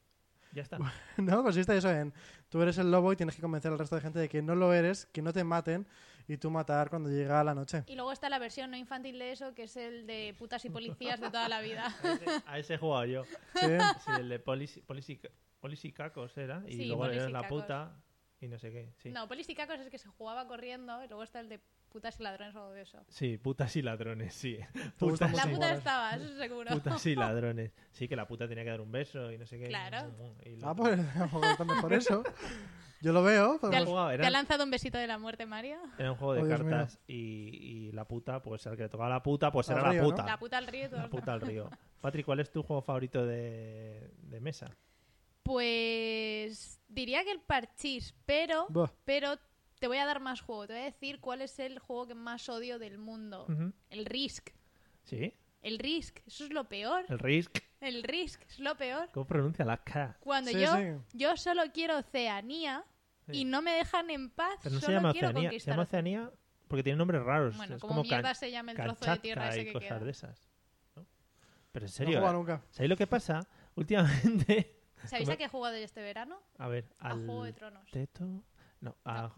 [SPEAKER 1] Ya está.
[SPEAKER 5] No, consiste eso en tú eres el lobo y tienes que convencer al resto de gente de que no lo eres, que no te maten y tú matar cuando llega la noche.
[SPEAKER 2] Y luego está la versión no infantil de eso, que es el de putas y policías de toda la vida.
[SPEAKER 1] A ese- A ese he jugado yo.
[SPEAKER 5] Sí.
[SPEAKER 1] Sí, el de Policy, policy, Policy Cacos era. Y
[SPEAKER 2] Sí,
[SPEAKER 1] luego
[SPEAKER 2] Policy
[SPEAKER 1] era la
[SPEAKER 2] Cacos.
[SPEAKER 1] puta y no sé qué. Sí.
[SPEAKER 2] No, polis y cacos es que se jugaba corriendo y luego está el de putas y ladrones o algo de eso.
[SPEAKER 1] Sí, putas y ladrones, sí.
[SPEAKER 5] gusta
[SPEAKER 1] Putas,
[SPEAKER 5] mucho
[SPEAKER 2] La
[SPEAKER 5] Sí.
[SPEAKER 2] puta estaba, eso seguro.
[SPEAKER 1] putas y ladrones. Sí, que la puta tenía que dar un beso y no sé qué. Mm,
[SPEAKER 2] Claro.
[SPEAKER 1] Y lo-
[SPEAKER 5] Ah, pues a lo mejor está mejor eso. Yo lo veo.
[SPEAKER 2] ¿Te,
[SPEAKER 5] Pero...
[SPEAKER 2] ha-
[SPEAKER 1] Yo jugaba,
[SPEAKER 2] te
[SPEAKER 1] era-
[SPEAKER 2] ha lanzado un besito de la muerte, María?
[SPEAKER 1] Era un juego
[SPEAKER 5] Oh,
[SPEAKER 1] de
[SPEAKER 5] Dios
[SPEAKER 1] cartas y, y la puta, pues al que le tocaba la puta, pues
[SPEAKER 5] Al
[SPEAKER 1] era
[SPEAKER 5] río,
[SPEAKER 1] la
[SPEAKER 5] ¿no?
[SPEAKER 1] puta.
[SPEAKER 2] La puta al río. y todo
[SPEAKER 1] La
[SPEAKER 2] el-
[SPEAKER 1] puta al río. Patrick, ¿cuál es tu juego favorito de, de mesa?
[SPEAKER 2] Pues diría que el parchís, pero,
[SPEAKER 5] Buah.
[SPEAKER 2] pero te voy a dar más juego. Te voy a decir cuál es el juego que más odio del mundo.
[SPEAKER 1] Ujú.
[SPEAKER 2] El Risk.
[SPEAKER 1] Sí,
[SPEAKER 2] El Risk, eso es lo peor.
[SPEAKER 1] el Risk.
[SPEAKER 2] El Risk es lo peor.
[SPEAKER 1] ¿Cómo pronuncia la K?
[SPEAKER 2] Cuando
[SPEAKER 5] Sí,
[SPEAKER 2] yo,
[SPEAKER 5] sí.
[SPEAKER 2] yo solo quiero Oceanía
[SPEAKER 1] Sí.
[SPEAKER 2] y no me dejan en paz,
[SPEAKER 1] Pero no
[SPEAKER 2] solo
[SPEAKER 1] se llama
[SPEAKER 2] quiero
[SPEAKER 1] Oceanía. Se
[SPEAKER 2] conquistar
[SPEAKER 1] llama Oceanía porque tiene nombres raros.
[SPEAKER 2] Bueno,
[SPEAKER 1] Pues es
[SPEAKER 2] como,
[SPEAKER 1] como
[SPEAKER 2] mierda
[SPEAKER 1] can-
[SPEAKER 2] se llama el trozo de tierra
[SPEAKER 1] Kamchatka
[SPEAKER 2] ese
[SPEAKER 1] y
[SPEAKER 2] que
[SPEAKER 1] cosas
[SPEAKER 2] queda.
[SPEAKER 1] de esas. ¿no? Pero en
[SPEAKER 5] No he
[SPEAKER 1] serio,
[SPEAKER 5] jugado nunca.
[SPEAKER 1] ¿sabéis lo que pasa? Últimamente...
[SPEAKER 2] ¿Sabéis
[SPEAKER 1] Como-
[SPEAKER 2] a qué he jugado yo este verano?
[SPEAKER 1] A ver,
[SPEAKER 2] A Juego de
[SPEAKER 1] al...
[SPEAKER 2] Tronos.
[SPEAKER 1] Teto... No, a...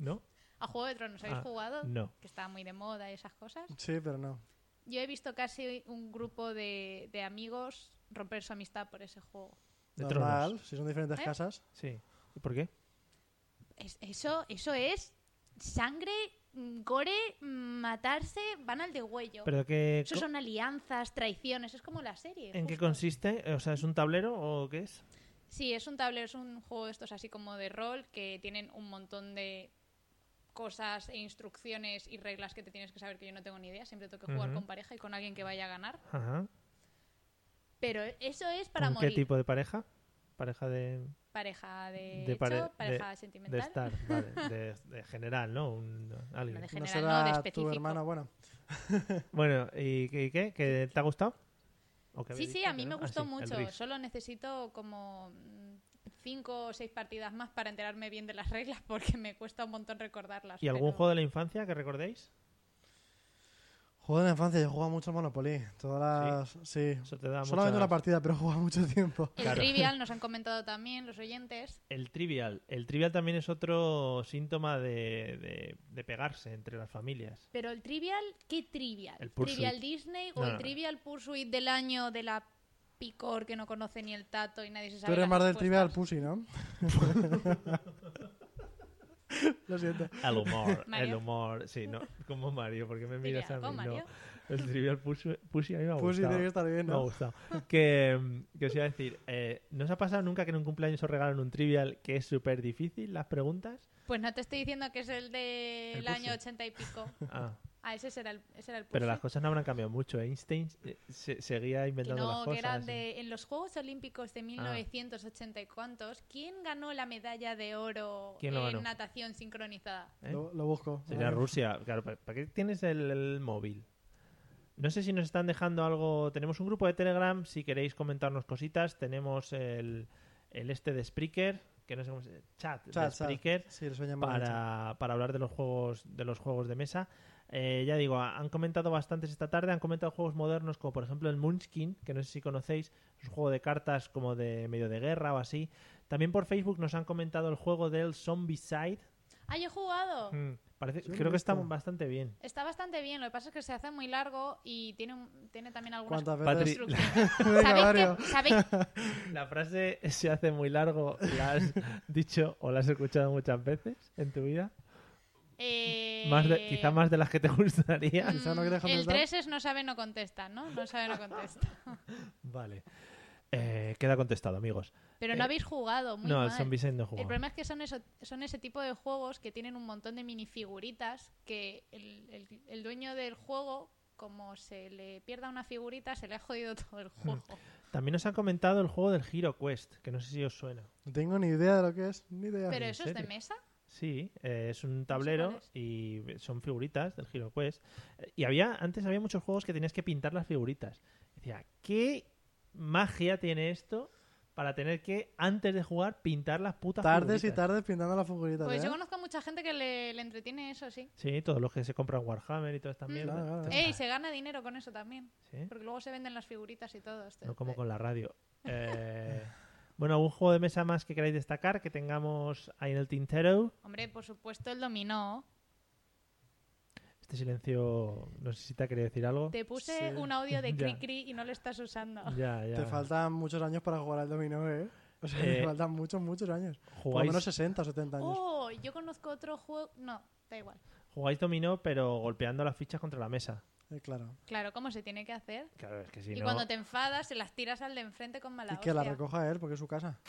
[SPEAKER 1] ¿No?
[SPEAKER 2] A Juego de Tronos, ¿habéis
[SPEAKER 1] Ah,
[SPEAKER 2] jugado?
[SPEAKER 1] No.
[SPEAKER 2] Que estaba muy de moda y esas cosas.
[SPEAKER 5] Sí, pero no.
[SPEAKER 2] Yo he visto casi un grupo de, de amigos romper su amistad por ese juego.
[SPEAKER 1] De
[SPEAKER 5] Normal,
[SPEAKER 1] tronos.
[SPEAKER 5] si son diferentes
[SPEAKER 2] ¿Eh?
[SPEAKER 5] casas.
[SPEAKER 1] Sí. ¿Y por qué?
[SPEAKER 2] Es- eso, eso es sangre, mm, gore, mm, matarse, van al degüello.
[SPEAKER 1] Pero que...
[SPEAKER 2] Eso son alianzas, traiciones, es como la serie.
[SPEAKER 1] ¿En qué
[SPEAKER 2] justo.
[SPEAKER 1] consiste? O sea, ¿es un tablero o qué es?
[SPEAKER 2] Sí, es un tablero, es un juego de estos así como de rol que tienen un montón de cosas e instrucciones y reglas que te tienes que saber que yo no tengo ni idea. Siempre tengo que jugar
[SPEAKER 1] Ujú.
[SPEAKER 2] con pareja y con alguien que vaya a ganar.
[SPEAKER 1] Ajá.
[SPEAKER 2] Pero eso es para
[SPEAKER 1] ¿Con
[SPEAKER 2] morir.
[SPEAKER 1] qué tipo de pareja? Pareja de,
[SPEAKER 2] Pareja de,
[SPEAKER 1] De pare-
[SPEAKER 2] hecho, pareja
[SPEAKER 1] de
[SPEAKER 2] sentimental.
[SPEAKER 1] estar, vale, de, de general, ¿no? Un- alguien.
[SPEAKER 2] No, de gen-
[SPEAKER 5] No
[SPEAKER 2] general, no, de
[SPEAKER 5] será tu
[SPEAKER 2] específico.
[SPEAKER 5] hermana buena.
[SPEAKER 1] Bueno, ¿y, qué- y qué? ¿Que ¿Te ha gustado? ¿O que
[SPEAKER 2] Sí,
[SPEAKER 1] habéis
[SPEAKER 2] sí,
[SPEAKER 1] dicho
[SPEAKER 2] a mí
[SPEAKER 1] que
[SPEAKER 2] me
[SPEAKER 1] no? Ah,
[SPEAKER 2] gustó
[SPEAKER 1] sí, el
[SPEAKER 2] mucho.
[SPEAKER 1] Risk.
[SPEAKER 2] Solo necesito como mm, cinco o seis partidas más para enterarme bien de las reglas porque me cuesta un montón recordarlas.
[SPEAKER 1] ¿Y algún
[SPEAKER 2] pero-
[SPEAKER 1] juego de la infancia que recordéis?
[SPEAKER 5] Juego de la infancia, yo jugaba mucho al Monopoly. Todas las... Sí.
[SPEAKER 1] Eso te da
[SPEAKER 5] Solamente
[SPEAKER 1] mucha-
[SPEAKER 5] una partida, pero jugaba mucho tiempo.
[SPEAKER 2] El
[SPEAKER 1] Claro.
[SPEAKER 2] Trivial nos han comentado también los oyentes.
[SPEAKER 1] El trivial. El trivial también es otro síntoma de, de- de pegarse entre las familias.
[SPEAKER 2] Pero el Trivial, ¿qué Trivial?
[SPEAKER 1] El Pursuit.
[SPEAKER 2] ¿Trivial Disney o
[SPEAKER 1] No, no,
[SPEAKER 2] el
[SPEAKER 1] no.
[SPEAKER 2] Trivial Pursuit del año de la picor que no conoce ni el tato y nadie se sabe
[SPEAKER 5] Tú eres
[SPEAKER 2] las
[SPEAKER 5] más del
[SPEAKER 2] respuestas?
[SPEAKER 5] trivial pussy, ¿no? Lo siento.
[SPEAKER 1] El humor, el
[SPEAKER 2] Mario.
[SPEAKER 1] humor. Sí, no, como Mario, porque me miras a
[SPEAKER 2] Trivial,
[SPEAKER 1] mí.
[SPEAKER 2] ¿no, Mario?
[SPEAKER 1] No. El trivial push- pushy a mí me ha
[SPEAKER 5] Pussy
[SPEAKER 1] gustado.
[SPEAKER 5] tiene que estar bien,
[SPEAKER 1] Me ha
[SPEAKER 5] ¿no?
[SPEAKER 1] gustado. Que, mm, que os iba a decir, eh, ¿no os ha pasado nunca que en un cumpleaños os regalan un trivial que es súper difícil las preguntas?
[SPEAKER 2] Pues no te estoy diciendo que es el del
[SPEAKER 1] El
[SPEAKER 2] año
[SPEAKER 1] Pursuit.
[SPEAKER 2] ochenta y pico.
[SPEAKER 1] Ah,
[SPEAKER 2] Ah, ese será el, ese era el
[SPEAKER 1] Pero
[SPEAKER 2] puzzle.
[SPEAKER 1] las cosas no habrán cambiado mucho. Einstein eh, se- seguía
[SPEAKER 2] que
[SPEAKER 1] inventando las
[SPEAKER 2] no,
[SPEAKER 1] cosas. ¿eh? Ah.
[SPEAKER 2] que era
[SPEAKER 1] sí.
[SPEAKER 2] de, en los Juegos Olímpicos de 1980 y cuantos, ¿quién ganó la medalla de oro
[SPEAKER 1] ¿Quién
[SPEAKER 2] en
[SPEAKER 1] lo ganó?
[SPEAKER 2] natación sincronizada?
[SPEAKER 1] ¿Eh?
[SPEAKER 5] Lo, lo busco.
[SPEAKER 1] Sería Rusia. Claro, ¿pa- ¿para qué tienes el, el móvil? No sé si nos están dejando algo. Tenemos un grupo de Telegram, si queréis comentarnos cositas. Tenemos el, el este de Spreaker, que no sé cómo se Chat,
[SPEAKER 5] Chat,
[SPEAKER 1] de Spreaker.
[SPEAKER 5] chat. Sí, lo suelen llamar chat.
[SPEAKER 1] para, para hablar de los juegos de los juegos de mesa. Eh, ya digo, ha- han comentado bastantes esta tarde, han comentado juegos modernos como por ejemplo el Munchkin, que no sé si conocéis, es un juego de cartas como de medio de guerra o así. También por Facebook nos han comentado el juego del Zombicide.
[SPEAKER 2] Ah, yo he jugado.
[SPEAKER 1] Mm, parece,
[SPEAKER 5] Sí,
[SPEAKER 1] creo que está
[SPEAKER 5] gusta.
[SPEAKER 1] bastante bien.
[SPEAKER 2] Está bastante bien, lo que pasa es que se hace muy largo y tiene, un- tiene también algunas
[SPEAKER 5] ¿Cuántas
[SPEAKER 1] Patri-
[SPEAKER 5] veces?
[SPEAKER 2] construcciones.
[SPEAKER 5] Venga,
[SPEAKER 2] ¿Sabéis
[SPEAKER 5] Mario.
[SPEAKER 2] que, sabéis-
[SPEAKER 1] La frase se hace muy largo, ¿la has dicho o la has escuchado muchas veces en tu vida?
[SPEAKER 2] eh,
[SPEAKER 1] Más de- quizá más de las que te gustaría.
[SPEAKER 5] Quizá no quieres
[SPEAKER 2] mm, el
[SPEAKER 5] contestar.
[SPEAKER 2] 3 es no sabe, no contesta, ¿no? No sabe, no contesta.
[SPEAKER 1] Vale. Eh, queda contestado, amigos.
[SPEAKER 2] Pero
[SPEAKER 1] Eh,
[SPEAKER 2] no habéis jugado, muy
[SPEAKER 1] no,
[SPEAKER 2] mal.
[SPEAKER 1] el Zombicide no he
[SPEAKER 2] El
[SPEAKER 1] jugado.
[SPEAKER 2] problema es que son, eso- son ese tipo de juegos que tienen un montón de minifiguritas que el, el- el dueño del juego, como se le pierda una figurita, se le ha jodido todo
[SPEAKER 1] Mm.
[SPEAKER 2] el juego.
[SPEAKER 1] También nos han comentado el juego del Hero Quest, que no sé si os suena.
[SPEAKER 5] No tengo ni idea de lo que es, ni idea.
[SPEAKER 2] Pero eso es de
[SPEAKER 1] serio?
[SPEAKER 2] mesa.
[SPEAKER 1] Sí, eh, es un tablero
[SPEAKER 2] cuál es.
[SPEAKER 1] y son figuritas del Hero Quest. Eh, Y había antes había muchos juegos que tenías que pintar las figuritas. Decía, ¿qué magia tiene esto para tener que, antes de jugar, pintar las putas
[SPEAKER 5] tardes y
[SPEAKER 1] figuritas?
[SPEAKER 5] tardes pintando las figuritas.
[SPEAKER 2] Pues
[SPEAKER 5] ¿eh?
[SPEAKER 2] yo conozco a mucha gente que le, le entretiene eso, sí.
[SPEAKER 1] Sí, todos los que se compran Warhammer y todas estas
[SPEAKER 2] Mm.
[SPEAKER 1] mierdas.
[SPEAKER 5] Claro, claro.
[SPEAKER 2] Ey, se gana dinero con eso también.
[SPEAKER 1] Sí,
[SPEAKER 2] Porque luego se venden las figuritas y todo. esto.
[SPEAKER 1] No como con la radio. Eh, bueno, ¿algún juego de mesa más que queráis destacar que tengamos ahí en el tintero?
[SPEAKER 2] Hombre, por supuesto, el dominó.
[SPEAKER 1] Este silencio, no sé si te ha querido decir algo.
[SPEAKER 2] Te puse
[SPEAKER 5] Sí.
[SPEAKER 2] un audio de
[SPEAKER 1] Ya.
[SPEAKER 2] Cri Cri y no lo estás usando.
[SPEAKER 1] Ya, ya.
[SPEAKER 5] Te faltan muchos años para jugar al dominó, ¿eh? O sea,
[SPEAKER 1] Eh,
[SPEAKER 5] te faltan muchos, muchos años. Por lo
[SPEAKER 1] Jugáis,
[SPEAKER 5] menos 60 o 70 años.
[SPEAKER 2] Oh, yo conozco otro juego. No, da igual.
[SPEAKER 1] jugáis dominó, pero golpeando las fichas contra la mesa.
[SPEAKER 5] Eh, claro.
[SPEAKER 2] Claro, ¿cómo se tiene que hacer?
[SPEAKER 1] Claro, es que si
[SPEAKER 2] Y
[SPEAKER 1] no.
[SPEAKER 2] cuando te enfadas, se las tiras al de enfrente con mala
[SPEAKER 5] y que la
[SPEAKER 2] hostia.
[SPEAKER 5] recoja él, porque es su casa.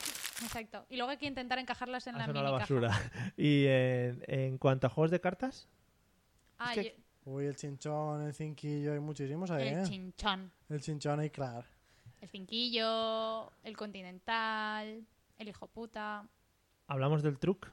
[SPEAKER 2] Exacto. Y luego hay que intentar encajarlas en
[SPEAKER 1] ha
[SPEAKER 2] la
[SPEAKER 1] sonado
[SPEAKER 2] mini
[SPEAKER 1] Ah, la basura. Y en, en cuanto a juegos de cartas,
[SPEAKER 2] Ah,
[SPEAKER 1] Es que-
[SPEAKER 2] yo-
[SPEAKER 5] Uy, el chinchón, el cinquillo, hay muchísimos ahí,
[SPEAKER 2] el
[SPEAKER 5] ¿eh?
[SPEAKER 2] chinchón,
[SPEAKER 5] el chinchón y claro.
[SPEAKER 2] el cinquillo, el continental, el hijo puta.
[SPEAKER 1] hablamos del truc,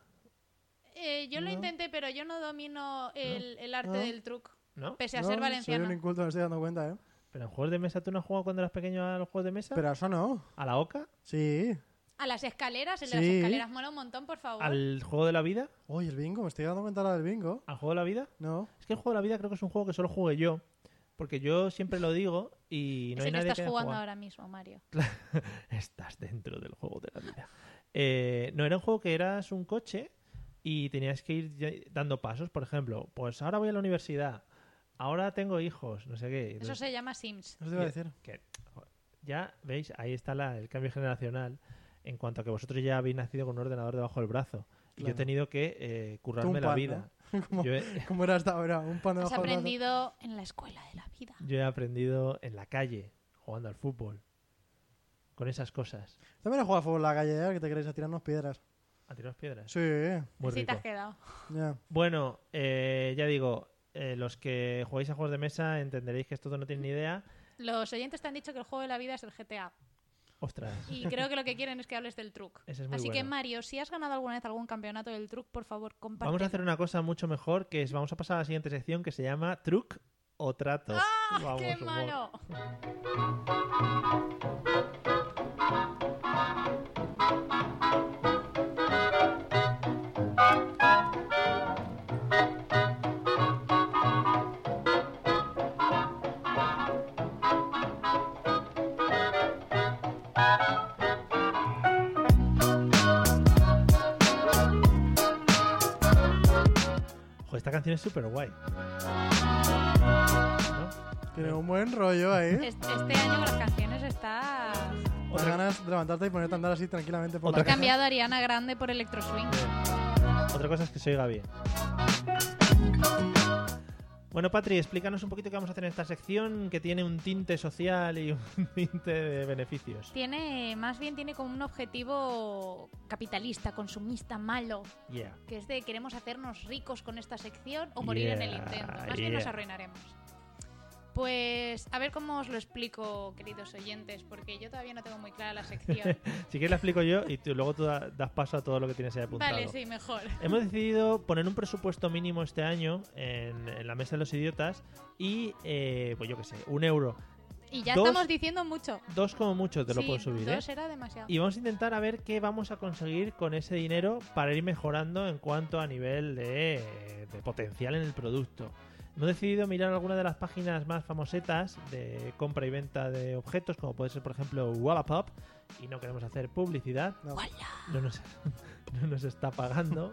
[SPEAKER 2] Eh, yo lo
[SPEAKER 5] No.
[SPEAKER 2] intenté, pero yo no domino el, el arte
[SPEAKER 5] No.
[SPEAKER 2] del truco,
[SPEAKER 1] ¿no?
[SPEAKER 2] pese a
[SPEAKER 5] No,
[SPEAKER 2] ser
[SPEAKER 5] Soy un
[SPEAKER 2] valenciano.
[SPEAKER 5] inculto, me estoy dando cuenta, ¿eh?
[SPEAKER 1] Pero en juegos de mesa, ¿tú no has jugado cuando eras pequeño a los juegos de mesa?
[SPEAKER 5] Pero eso no.
[SPEAKER 1] ¿A la oca?
[SPEAKER 5] Sí.
[SPEAKER 2] A las escaleras, el de las
[SPEAKER 5] Sí.
[SPEAKER 2] escaleras mola un montón, por favor.
[SPEAKER 1] ¿Al juego de la vida?
[SPEAKER 5] Uy, el bingo, me estoy dando cuenta ahora del bingo.
[SPEAKER 1] ¿Al juego de la vida?
[SPEAKER 5] No.
[SPEAKER 1] Es que el juego de la vida creo que es un juego que solo jugué yo. Porque yo siempre lo digo y no
[SPEAKER 2] es
[SPEAKER 1] hay
[SPEAKER 2] el que
[SPEAKER 1] nadie
[SPEAKER 2] estás
[SPEAKER 1] que haya
[SPEAKER 2] jugando
[SPEAKER 1] jugado.
[SPEAKER 2] ahora mismo, Mario.
[SPEAKER 1] Estás dentro del juego de la vida. Eh, no, era un juego que eras un coche y tenías que ir ya- dando pasos. Por ejemplo, pues ahora voy a la universidad, ahora tengo hijos, no sé qué.
[SPEAKER 2] Eso
[SPEAKER 1] Entonces,
[SPEAKER 2] se llama Sims.
[SPEAKER 5] Eso te iba
[SPEAKER 1] Eh,
[SPEAKER 5] a decir.
[SPEAKER 1] que- joder, ya veis, ahí está la- el cambio generacional en cuanto a que vosotros ya habéis nacido con un ordenador debajo del brazo. Y Yo he
[SPEAKER 5] Claro.
[SPEAKER 1] tenido que eh, currarme
[SPEAKER 5] Tú un
[SPEAKER 1] la
[SPEAKER 5] pan,
[SPEAKER 1] vida.
[SPEAKER 5] ¿Cómo,
[SPEAKER 1] Yo, he,
[SPEAKER 5] cómo era hasta ahora? Un pan
[SPEAKER 2] Has
[SPEAKER 5] debajo del brazo.
[SPEAKER 2] aprendido en la escuela de la vida.
[SPEAKER 1] yo he aprendido en la calle, jugando al fútbol, con esas cosas.
[SPEAKER 5] También he jugado al fútbol en la calle, ¿eh? que te queréis a tirarnos piedras.
[SPEAKER 1] A tirar piedras.
[SPEAKER 5] Sí, ya.
[SPEAKER 1] Muy
[SPEAKER 2] Así
[SPEAKER 1] rico.
[SPEAKER 2] te has quedado.
[SPEAKER 1] Bueno, eh, ya digo, eh, los que jugáis a juegos de mesa entenderéis que esto no tiene ni idea.
[SPEAKER 2] Los oyentes te han dicho que el juego de la vida es el GTA.
[SPEAKER 1] Ostras,
[SPEAKER 2] Y creo que lo que quieren es que hables del truc.
[SPEAKER 1] ese es muy
[SPEAKER 2] Así que
[SPEAKER 1] bueno.
[SPEAKER 2] Mario, si has ganado alguna vez algún campeonato del truc, por favor, comparte.
[SPEAKER 1] Vamos a hacer una cosa mucho mejor, que es vamos a pasar a la siguiente sección que se llama Truc o Trato. Vamos,
[SPEAKER 2] ¡Ah! ¡Qué
[SPEAKER 1] humor.
[SPEAKER 2] malo!
[SPEAKER 1] Ojo, esta canción es súper guay.
[SPEAKER 5] Tiene un buen rollo ahí.
[SPEAKER 2] Es- Este año con las canciones está...
[SPEAKER 5] Las ganas de levantarte y ponerte a andar así tranquilamente por
[SPEAKER 1] Otra
[SPEAKER 5] la
[SPEAKER 2] He
[SPEAKER 1] Ajá.
[SPEAKER 5] calle.
[SPEAKER 2] cambiado a Ariana Grande por Electro Swing.
[SPEAKER 1] Otra cosa es que se oiga bien. Bueno, Patri, explícanos un poquito qué vamos a hacer en esta sección que tiene un tinte social y un tinte de beneficios.
[SPEAKER 2] Tiene, más bien tiene como un objetivo capitalista, consumista, malo,
[SPEAKER 1] Yeah.
[SPEAKER 2] que es de queremos hacernos ricos con esta sección o morir en el
[SPEAKER 1] Yeah,
[SPEAKER 2] intento. Más bien nos
[SPEAKER 1] yeah.
[SPEAKER 2] arruinaremos. Pues a ver cómo os lo explico, queridos oyentes, porque yo todavía no tengo muy clara la sección.
[SPEAKER 1] Si quieres la explico yo y tú- luego tú da- das paso a todo lo que tienes ahí apuntado.
[SPEAKER 2] vale, sí, mejor.
[SPEAKER 1] Hemos decidido poner un presupuesto mínimo este año en, en la mesa de los idiotas y, eh, pues yo qué sé, un euro.
[SPEAKER 2] Y ya
[SPEAKER 1] Dos-
[SPEAKER 2] estamos diciendo mucho.
[SPEAKER 1] Dos como mucho te lo
[SPEAKER 2] Sí,
[SPEAKER 1] puedo subir, ¿eh?
[SPEAKER 2] dos era demasiado.
[SPEAKER 1] Y vamos a intentar a ver qué vamos a conseguir con ese dinero para ir mejorando en cuanto a nivel de, de potencial en el producto. Hemos decidido mirar algunas de las páginas más famosetas de compra y venta de objetos, como puede ser, por ejemplo, Wallapop, y no queremos hacer publicidad.
[SPEAKER 5] No.
[SPEAKER 1] No nos, no nos está pagando,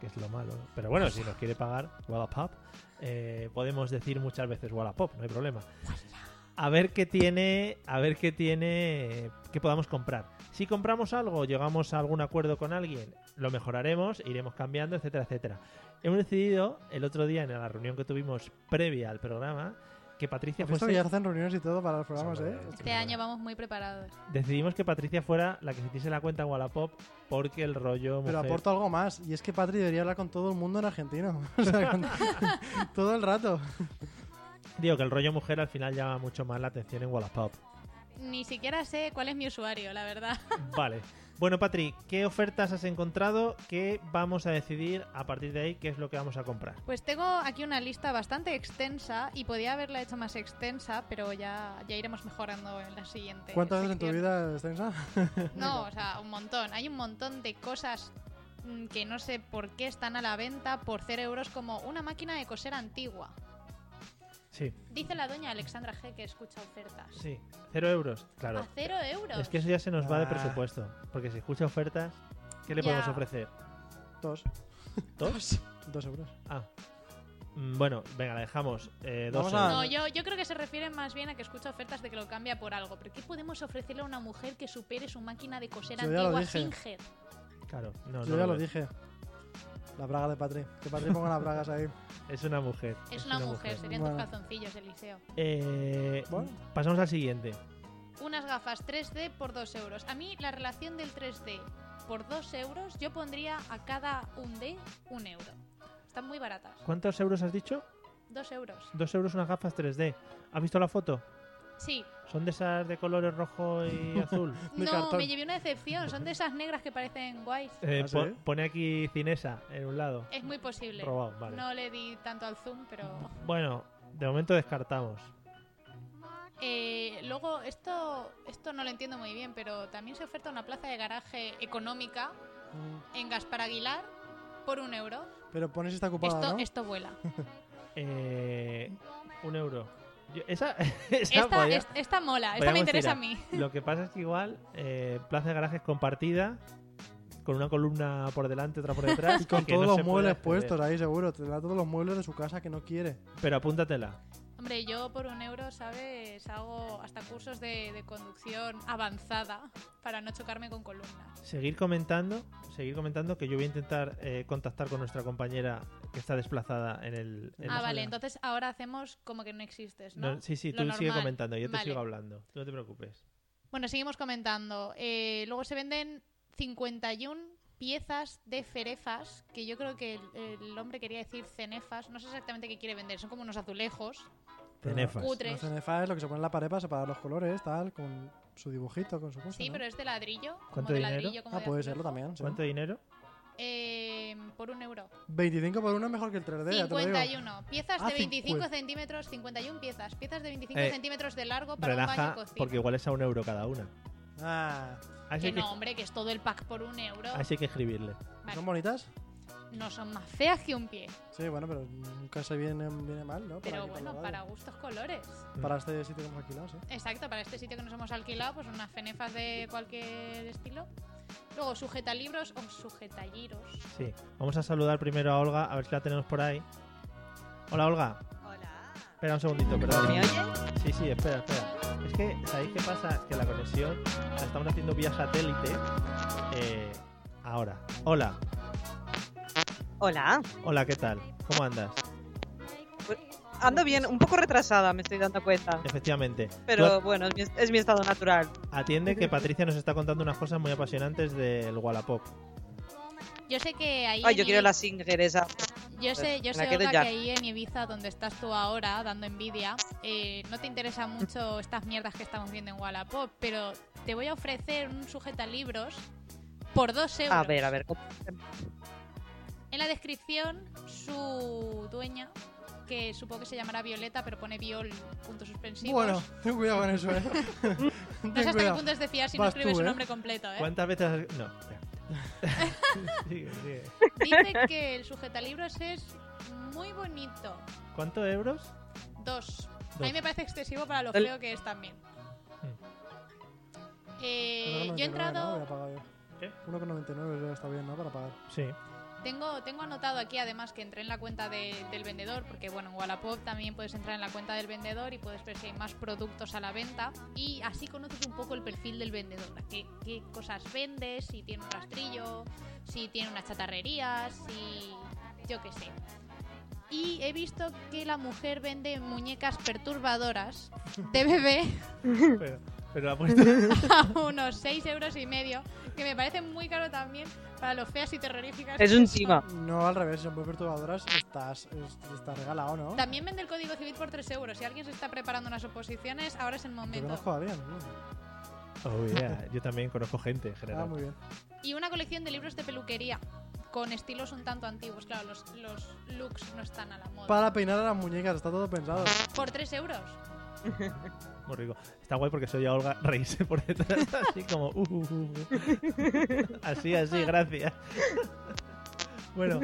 [SPEAKER 1] que es lo malo. Pero bueno, si nos quiere pagar Wallapop, eh, podemos decir muchas veces Wallapop, no hay problema. A ver qué tiene, a ver qué tiene, que podamos comprar. Si compramos algo, llegamos a algún acuerdo con alguien, lo mejoraremos, iremos cambiando, etcétera, etcétera. Hemos decidido el otro día en la reunión que tuvimos previa al programa que Patricia
[SPEAKER 5] Has visto que
[SPEAKER 1] fuese
[SPEAKER 5] ya hacen reuniones y todo para los programas,
[SPEAKER 1] Hombre,
[SPEAKER 5] ¿eh?
[SPEAKER 2] Este año vamos muy preparados.
[SPEAKER 1] decidimos que Patricia fuera la que se hiciese la cuenta en Wallapop porque el rollo
[SPEAKER 5] Pero
[SPEAKER 1] mujer-
[SPEAKER 5] aporto algo más, y es que Patri debería hablar con todo el mundo en argentino. O sea, con- todo el rato.
[SPEAKER 1] digo que el rollo mujer al final llama mucho más la atención en Wallapop.
[SPEAKER 2] Ni siquiera sé cuál es mi usuario, la verdad.
[SPEAKER 1] Vale. Bueno, Patri, ¿qué ofertas has encontrado? ¿Qué vamos a decidir a partir de ahí? ¿Qué es lo que vamos a comprar?
[SPEAKER 2] Pues tengo aquí una lista bastante extensa y podía haberla hecho más extensa, pero ya, ya iremos mejorando en la siguiente.
[SPEAKER 5] ¿Cuántas veces en tu
[SPEAKER 2] sección.
[SPEAKER 5] vida extensa?
[SPEAKER 2] No, o sea, un montón. Hay un montón de cosas mm, que no sé por qué están a la venta por 0 euros como una máquina de coser antigua.
[SPEAKER 1] Sí,
[SPEAKER 2] Dice la doña Alexandra G que escucha ofertas.
[SPEAKER 1] sí. Cero euros, claro.
[SPEAKER 2] A 0 euros.
[SPEAKER 1] Es que eso ya se nos va de
[SPEAKER 5] Ah.
[SPEAKER 1] presupuesto. Porque si escucha ofertas, ¿qué le
[SPEAKER 2] Ya.
[SPEAKER 1] podemos ofrecer?
[SPEAKER 5] Dos.
[SPEAKER 1] ¿Dos?
[SPEAKER 5] Dos euros.
[SPEAKER 1] Ah. Mm, Bueno, venga, la dejamos. Eh, dos
[SPEAKER 5] Vamos a-
[SPEAKER 1] euros.
[SPEAKER 2] No, yo, yo creo que se refiere más bien a que escucha ofertas de que lo cambia por algo. ¿Pero qué podemos ofrecerle a una mujer que supere su máquina de coser
[SPEAKER 5] Yo ya lo
[SPEAKER 2] antigua
[SPEAKER 5] dije.
[SPEAKER 2] Singer?
[SPEAKER 1] Claro, no,
[SPEAKER 5] Yo
[SPEAKER 1] no lo
[SPEAKER 5] ya lo
[SPEAKER 1] es.
[SPEAKER 5] dije. La braga de Patri. Que Patri ponga las bragas ahí.
[SPEAKER 1] Es una mujer.
[SPEAKER 2] Es una mujer, serían tus
[SPEAKER 5] Bueno.
[SPEAKER 2] calzoncillos, Eliseo.
[SPEAKER 1] Eh,
[SPEAKER 5] Bueno.
[SPEAKER 1] Pasamos al siguiente.
[SPEAKER 2] Unas gafas 3D por 2 euros. A mí la relación del 3D por 2 euros, yo pondría a cada un D un euro. Están muy baratas.
[SPEAKER 1] ¿Cuántos euros has dicho?
[SPEAKER 2] 2 euros.
[SPEAKER 1] Dos euros unas gafas 3D. ¿Has visto la foto?
[SPEAKER 2] Sí.
[SPEAKER 1] Son de esas de colores rojo y azul.
[SPEAKER 5] De
[SPEAKER 2] no,
[SPEAKER 5] cartón.
[SPEAKER 2] me llevé una decepción. Son de esas negras que parecen guays.
[SPEAKER 1] Eh,
[SPEAKER 5] ¿Ah, sí?
[SPEAKER 1] po- Pone aquí Cinesa en un lado.
[SPEAKER 2] Es muy posible.
[SPEAKER 1] Robado, vale.
[SPEAKER 2] No le di tanto al zoom, pero...
[SPEAKER 1] Bueno, de momento descartamos.
[SPEAKER 2] Eh, luego, esto, esto no lo entiendo muy bien, pero también se oferta una plaza de garaje económica
[SPEAKER 5] Mm.
[SPEAKER 2] en Gaspar Aguilar por un euro.
[SPEAKER 5] Pero pones está ocupada,
[SPEAKER 2] esto,
[SPEAKER 5] ¿no?
[SPEAKER 2] esto vuela.
[SPEAKER 1] Eh, un euro. Yo- esa, esa
[SPEAKER 2] Esta,
[SPEAKER 1] podía-
[SPEAKER 2] es- esta mola, esta
[SPEAKER 1] podíamos
[SPEAKER 2] me interesa
[SPEAKER 1] tirar.
[SPEAKER 2] a mí.
[SPEAKER 1] Lo que pasa es que igual, eh, plaza de garajes compartida, con una columna por delante, otra por detrás.
[SPEAKER 5] Y con
[SPEAKER 1] que
[SPEAKER 5] todos
[SPEAKER 1] no se
[SPEAKER 5] los muebles
[SPEAKER 1] puede acceder.
[SPEAKER 5] puestos ahí, seguro. Tendrá todos los muebles de su casa que no quiere.
[SPEAKER 1] Pero apúntatela.
[SPEAKER 2] Hombre, yo por un euro, ¿sabes? Hago hasta cursos de, de conducción avanzada para no chocarme con columnas.
[SPEAKER 1] Seguir comentando, seguir comentando que yo voy a intentar eh, contactar con nuestra compañera que está desplazada en el... en
[SPEAKER 2] Ah,
[SPEAKER 1] el-
[SPEAKER 2] vale, entonces ahora hacemos como que no existes, ¿no?
[SPEAKER 1] No, sí, sí,
[SPEAKER 2] Lo
[SPEAKER 1] tú sigue
[SPEAKER 2] normal.
[SPEAKER 1] comentando, yo te
[SPEAKER 2] Vale.
[SPEAKER 1] sigo hablando. Tú no te preocupes.
[SPEAKER 2] Bueno, seguimos comentando. Eh, luego se venden 51 piezas de cerefas, que yo creo que el, el hombre quería decir cenefas, no sé exactamente qué quiere vender, son como unos azulejos.
[SPEAKER 5] Pero
[SPEAKER 1] Cenefas.
[SPEAKER 2] Cutres.
[SPEAKER 5] Los cenefas es lo que se pone en la pared para separar los colores, tal, con su dibujito, con su cosa.
[SPEAKER 2] Sí,
[SPEAKER 5] ¿no?
[SPEAKER 2] pero es de ladrillo. como
[SPEAKER 1] ¿Cuánto
[SPEAKER 2] de
[SPEAKER 1] dinero?
[SPEAKER 2] ladrillo como
[SPEAKER 5] Ah,
[SPEAKER 2] de
[SPEAKER 5] puede
[SPEAKER 2] azulejo.
[SPEAKER 5] serlo también. sí.
[SPEAKER 1] ¿Cuánto dinero?
[SPEAKER 2] Eh, por un euro.
[SPEAKER 5] 25 por uno es mejor que el 3D, ya te lo digo.
[SPEAKER 2] 51. Piezas
[SPEAKER 5] Ah,
[SPEAKER 2] de 25
[SPEAKER 5] cincu-
[SPEAKER 2] centímetros, 51 piezas. Piezas de 25
[SPEAKER 1] Eh,
[SPEAKER 2] centímetros de largo para un
[SPEAKER 1] Relaja,
[SPEAKER 2] baño y cocina.
[SPEAKER 1] porque igual es a un euro cada una.
[SPEAKER 5] Ah,
[SPEAKER 1] Así
[SPEAKER 2] Que
[SPEAKER 1] que,
[SPEAKER 2] no, hombre, que es todo el pack por un euro.
[SPEAKER 1] así que escribirle.
[SPEAKER 2] Vale.
[SPEAKER 5] ¿son bonitas?
[SPEAKER 2] No son más feas que un pie.
[SPEAKER 5] Sí, bueno, pero nunca se viene, viene mal, ¿no?
[SPEAKER 2] Pero
[SPEAKER 5] aquí,
[SPEAKER 2] bueno,
[SPEAKER 5] la radio.
[SPEAKER 2] para gustos colores.
[SPEAKER 5] Para este sitio que hemos alquilado, sí.
[SPEAKER 2] Exacto, para este sitio que nos hemos alquilado, pues unas fenefas de cualquier estilo. Luego, sujetalibros o sujetalliros.
[SPEAKER 1] Sí. Vamos a saludar primero a Olga, a ver si la tenemos por ahí. Hola, Olga.
[SPEAKER 7] Hola.
[SPEAKER 1] Espera un segundito, perdón.
[SPEAKER 7] ¿Me oyes?
[SPEAKER 1] Sí, sí, espera, espera. Es que, ¿sabéis qué pasa? Es que la conexión la estamos haciendo vía satélite. eh, ahora. Hola.
[SPEAKER 7] Hola.
[SPEAKER 1] Hola, ¿qué tal? ¿Cómo andas?
[SPEAKER 7] ando bien, un poco retrasada, me estoy dando cuenta.
[SPEAKER 1] Efectivamente.
[SPEAKER 7] Pero bueno, es mi, es mi estado natural.
[SPEAKER 1] Tú atiende que Patricia nos está contando unas cosas muy apasionantes del Wallapop.
[SPEAKER 2] Yo sé que ahí.
[SPEAKER 7] Ay,
[SPEAKER 2] en
[SPEAKER 7] Ah, yo quiero
[SPEAKER 2] Ibiza-
[SPEAKER 7] la Singer esa.
[SPEAKER 2] Yo sé, yo
[SPEAKER 7] Pues,
[SPEAKER 2] sé
[SPEAKER 7] Me la quedo
[SPEAKER 2] Olga, que
[SPEAKER 7] ya.
[SPEAKER 2] ahí en Ibiza, donde estás tú ahora, dando envidia, eh, no te interesan mucho estas mierdas que estamos viendo en Wallapop, pero te voy a ofrecer un sujetalibros por dos euros.
[SPEAKER 7] A ver, a ver.
[SPEAKER 2] En la descripción, su dueña, que supongo que se llamará Violeta, pero pone viol puntos suspensivos.
[SPEAKER 5] bueno, ten cuidado con eso, eh.
[SPEAKER 2] no
[SPEAKER 5] ten
[SPEAKER 2] sé pues. hasta qué
[SPEAKER 5] cuidado.
[SPEAKER 2] punto es de fiar si
[SPEAKER 5] Vas
[SPEAKER 2] no escribes
[SPEAKER 5] tú,
[SPEAKER 2] su
[SPEAKER 5] ¿eh?
[SPEAKER 2] nombre completo, ¿eh?
[SPEAKER 1] ¿Cuántas veces has- No, espera. Sigue, sigue.
[SPEAKER 2] Dice que el sujetalibros es muy bonito.
[SPEAKER 1] ¿Cuántos euros?
[SPEAKER 2] Dos. A
[SPEAKER 1] Dos.
[SPEAKER 2] mí me parece excesivo para lo
[SPEAKER 7] El-
[SPEAKER 2] feo que es también. Eh, yo he
[SPEAKER 5] 1,99, Hmm. ¿no?
[SPEAKER 2] entrado,
[SPEAKER 5] Voy a pagar yo.
[SPEAKER 1] ¿Qué?
[SPEAKER 5] 1,99 ya está bien, ¿no? Para pagar.
[SPEAKER 1] Sí.
[SPEAKER 2] tengo, tengo anotado aquí además que entré en la cuenta de- del vendedor, porque bueno, en Wallapop también puedes entrar en la cuenta del vendedor y puedes ver si hay más productos a la venta y así conoces un poco el perfil del vendedor, a qué, qué cosas vende, si tiene un rastrillo, si tiene una chatarrería, si yo qué sé. Y he visto que la mujer vende muñecas perturbadoras de bebé
[SPEAKER 1] Pero, pero ha puesto...
[SPEAKER 2] a unos 6 euros y medio, que me parece muy caro también para los feas y terroríficas.
[SPEAKER 7] Es
[SPEAKER 2] que
[SPEAKER 7] un
[SPEAKER 2] son.
[SPEAKER 7] chima.
[SPEAKER 5] No, al revés, si son muy perturbadoras, estás, es- está regalado, ¿no?
[SPEAKER 2] También vende el Código Civil por 3 euros. Si alguien se está preparando unas oposiciones, ahora es el
[SPEAKER 5] Yo
[SPEAKER 2] momento.
[SPEAKER 5] conozco a Adrián. ¿no?
[SPEAKER 1] Oh, yeah. Yo también conozco gente en
[SPEAKER 5] Ah,
[SPEAKER 1] general.
[SPEAKER 5] muy bien.
[SPEAKER 2] Y una colección de libros de peluquería, con estilos un tanto antiguos. Claro, los, los looks no están a la moda.
[SPEAKER 5] Para peinar a las muñecas, está todo pensado.
[SPEAKER 2] Por 3 euros.
[SPEAKER 1] Muy rico. Está guay porque soy a Olga reírse por detrás, así como... "Uh, uh, uh, uh". Así, así, gracias. Bueno,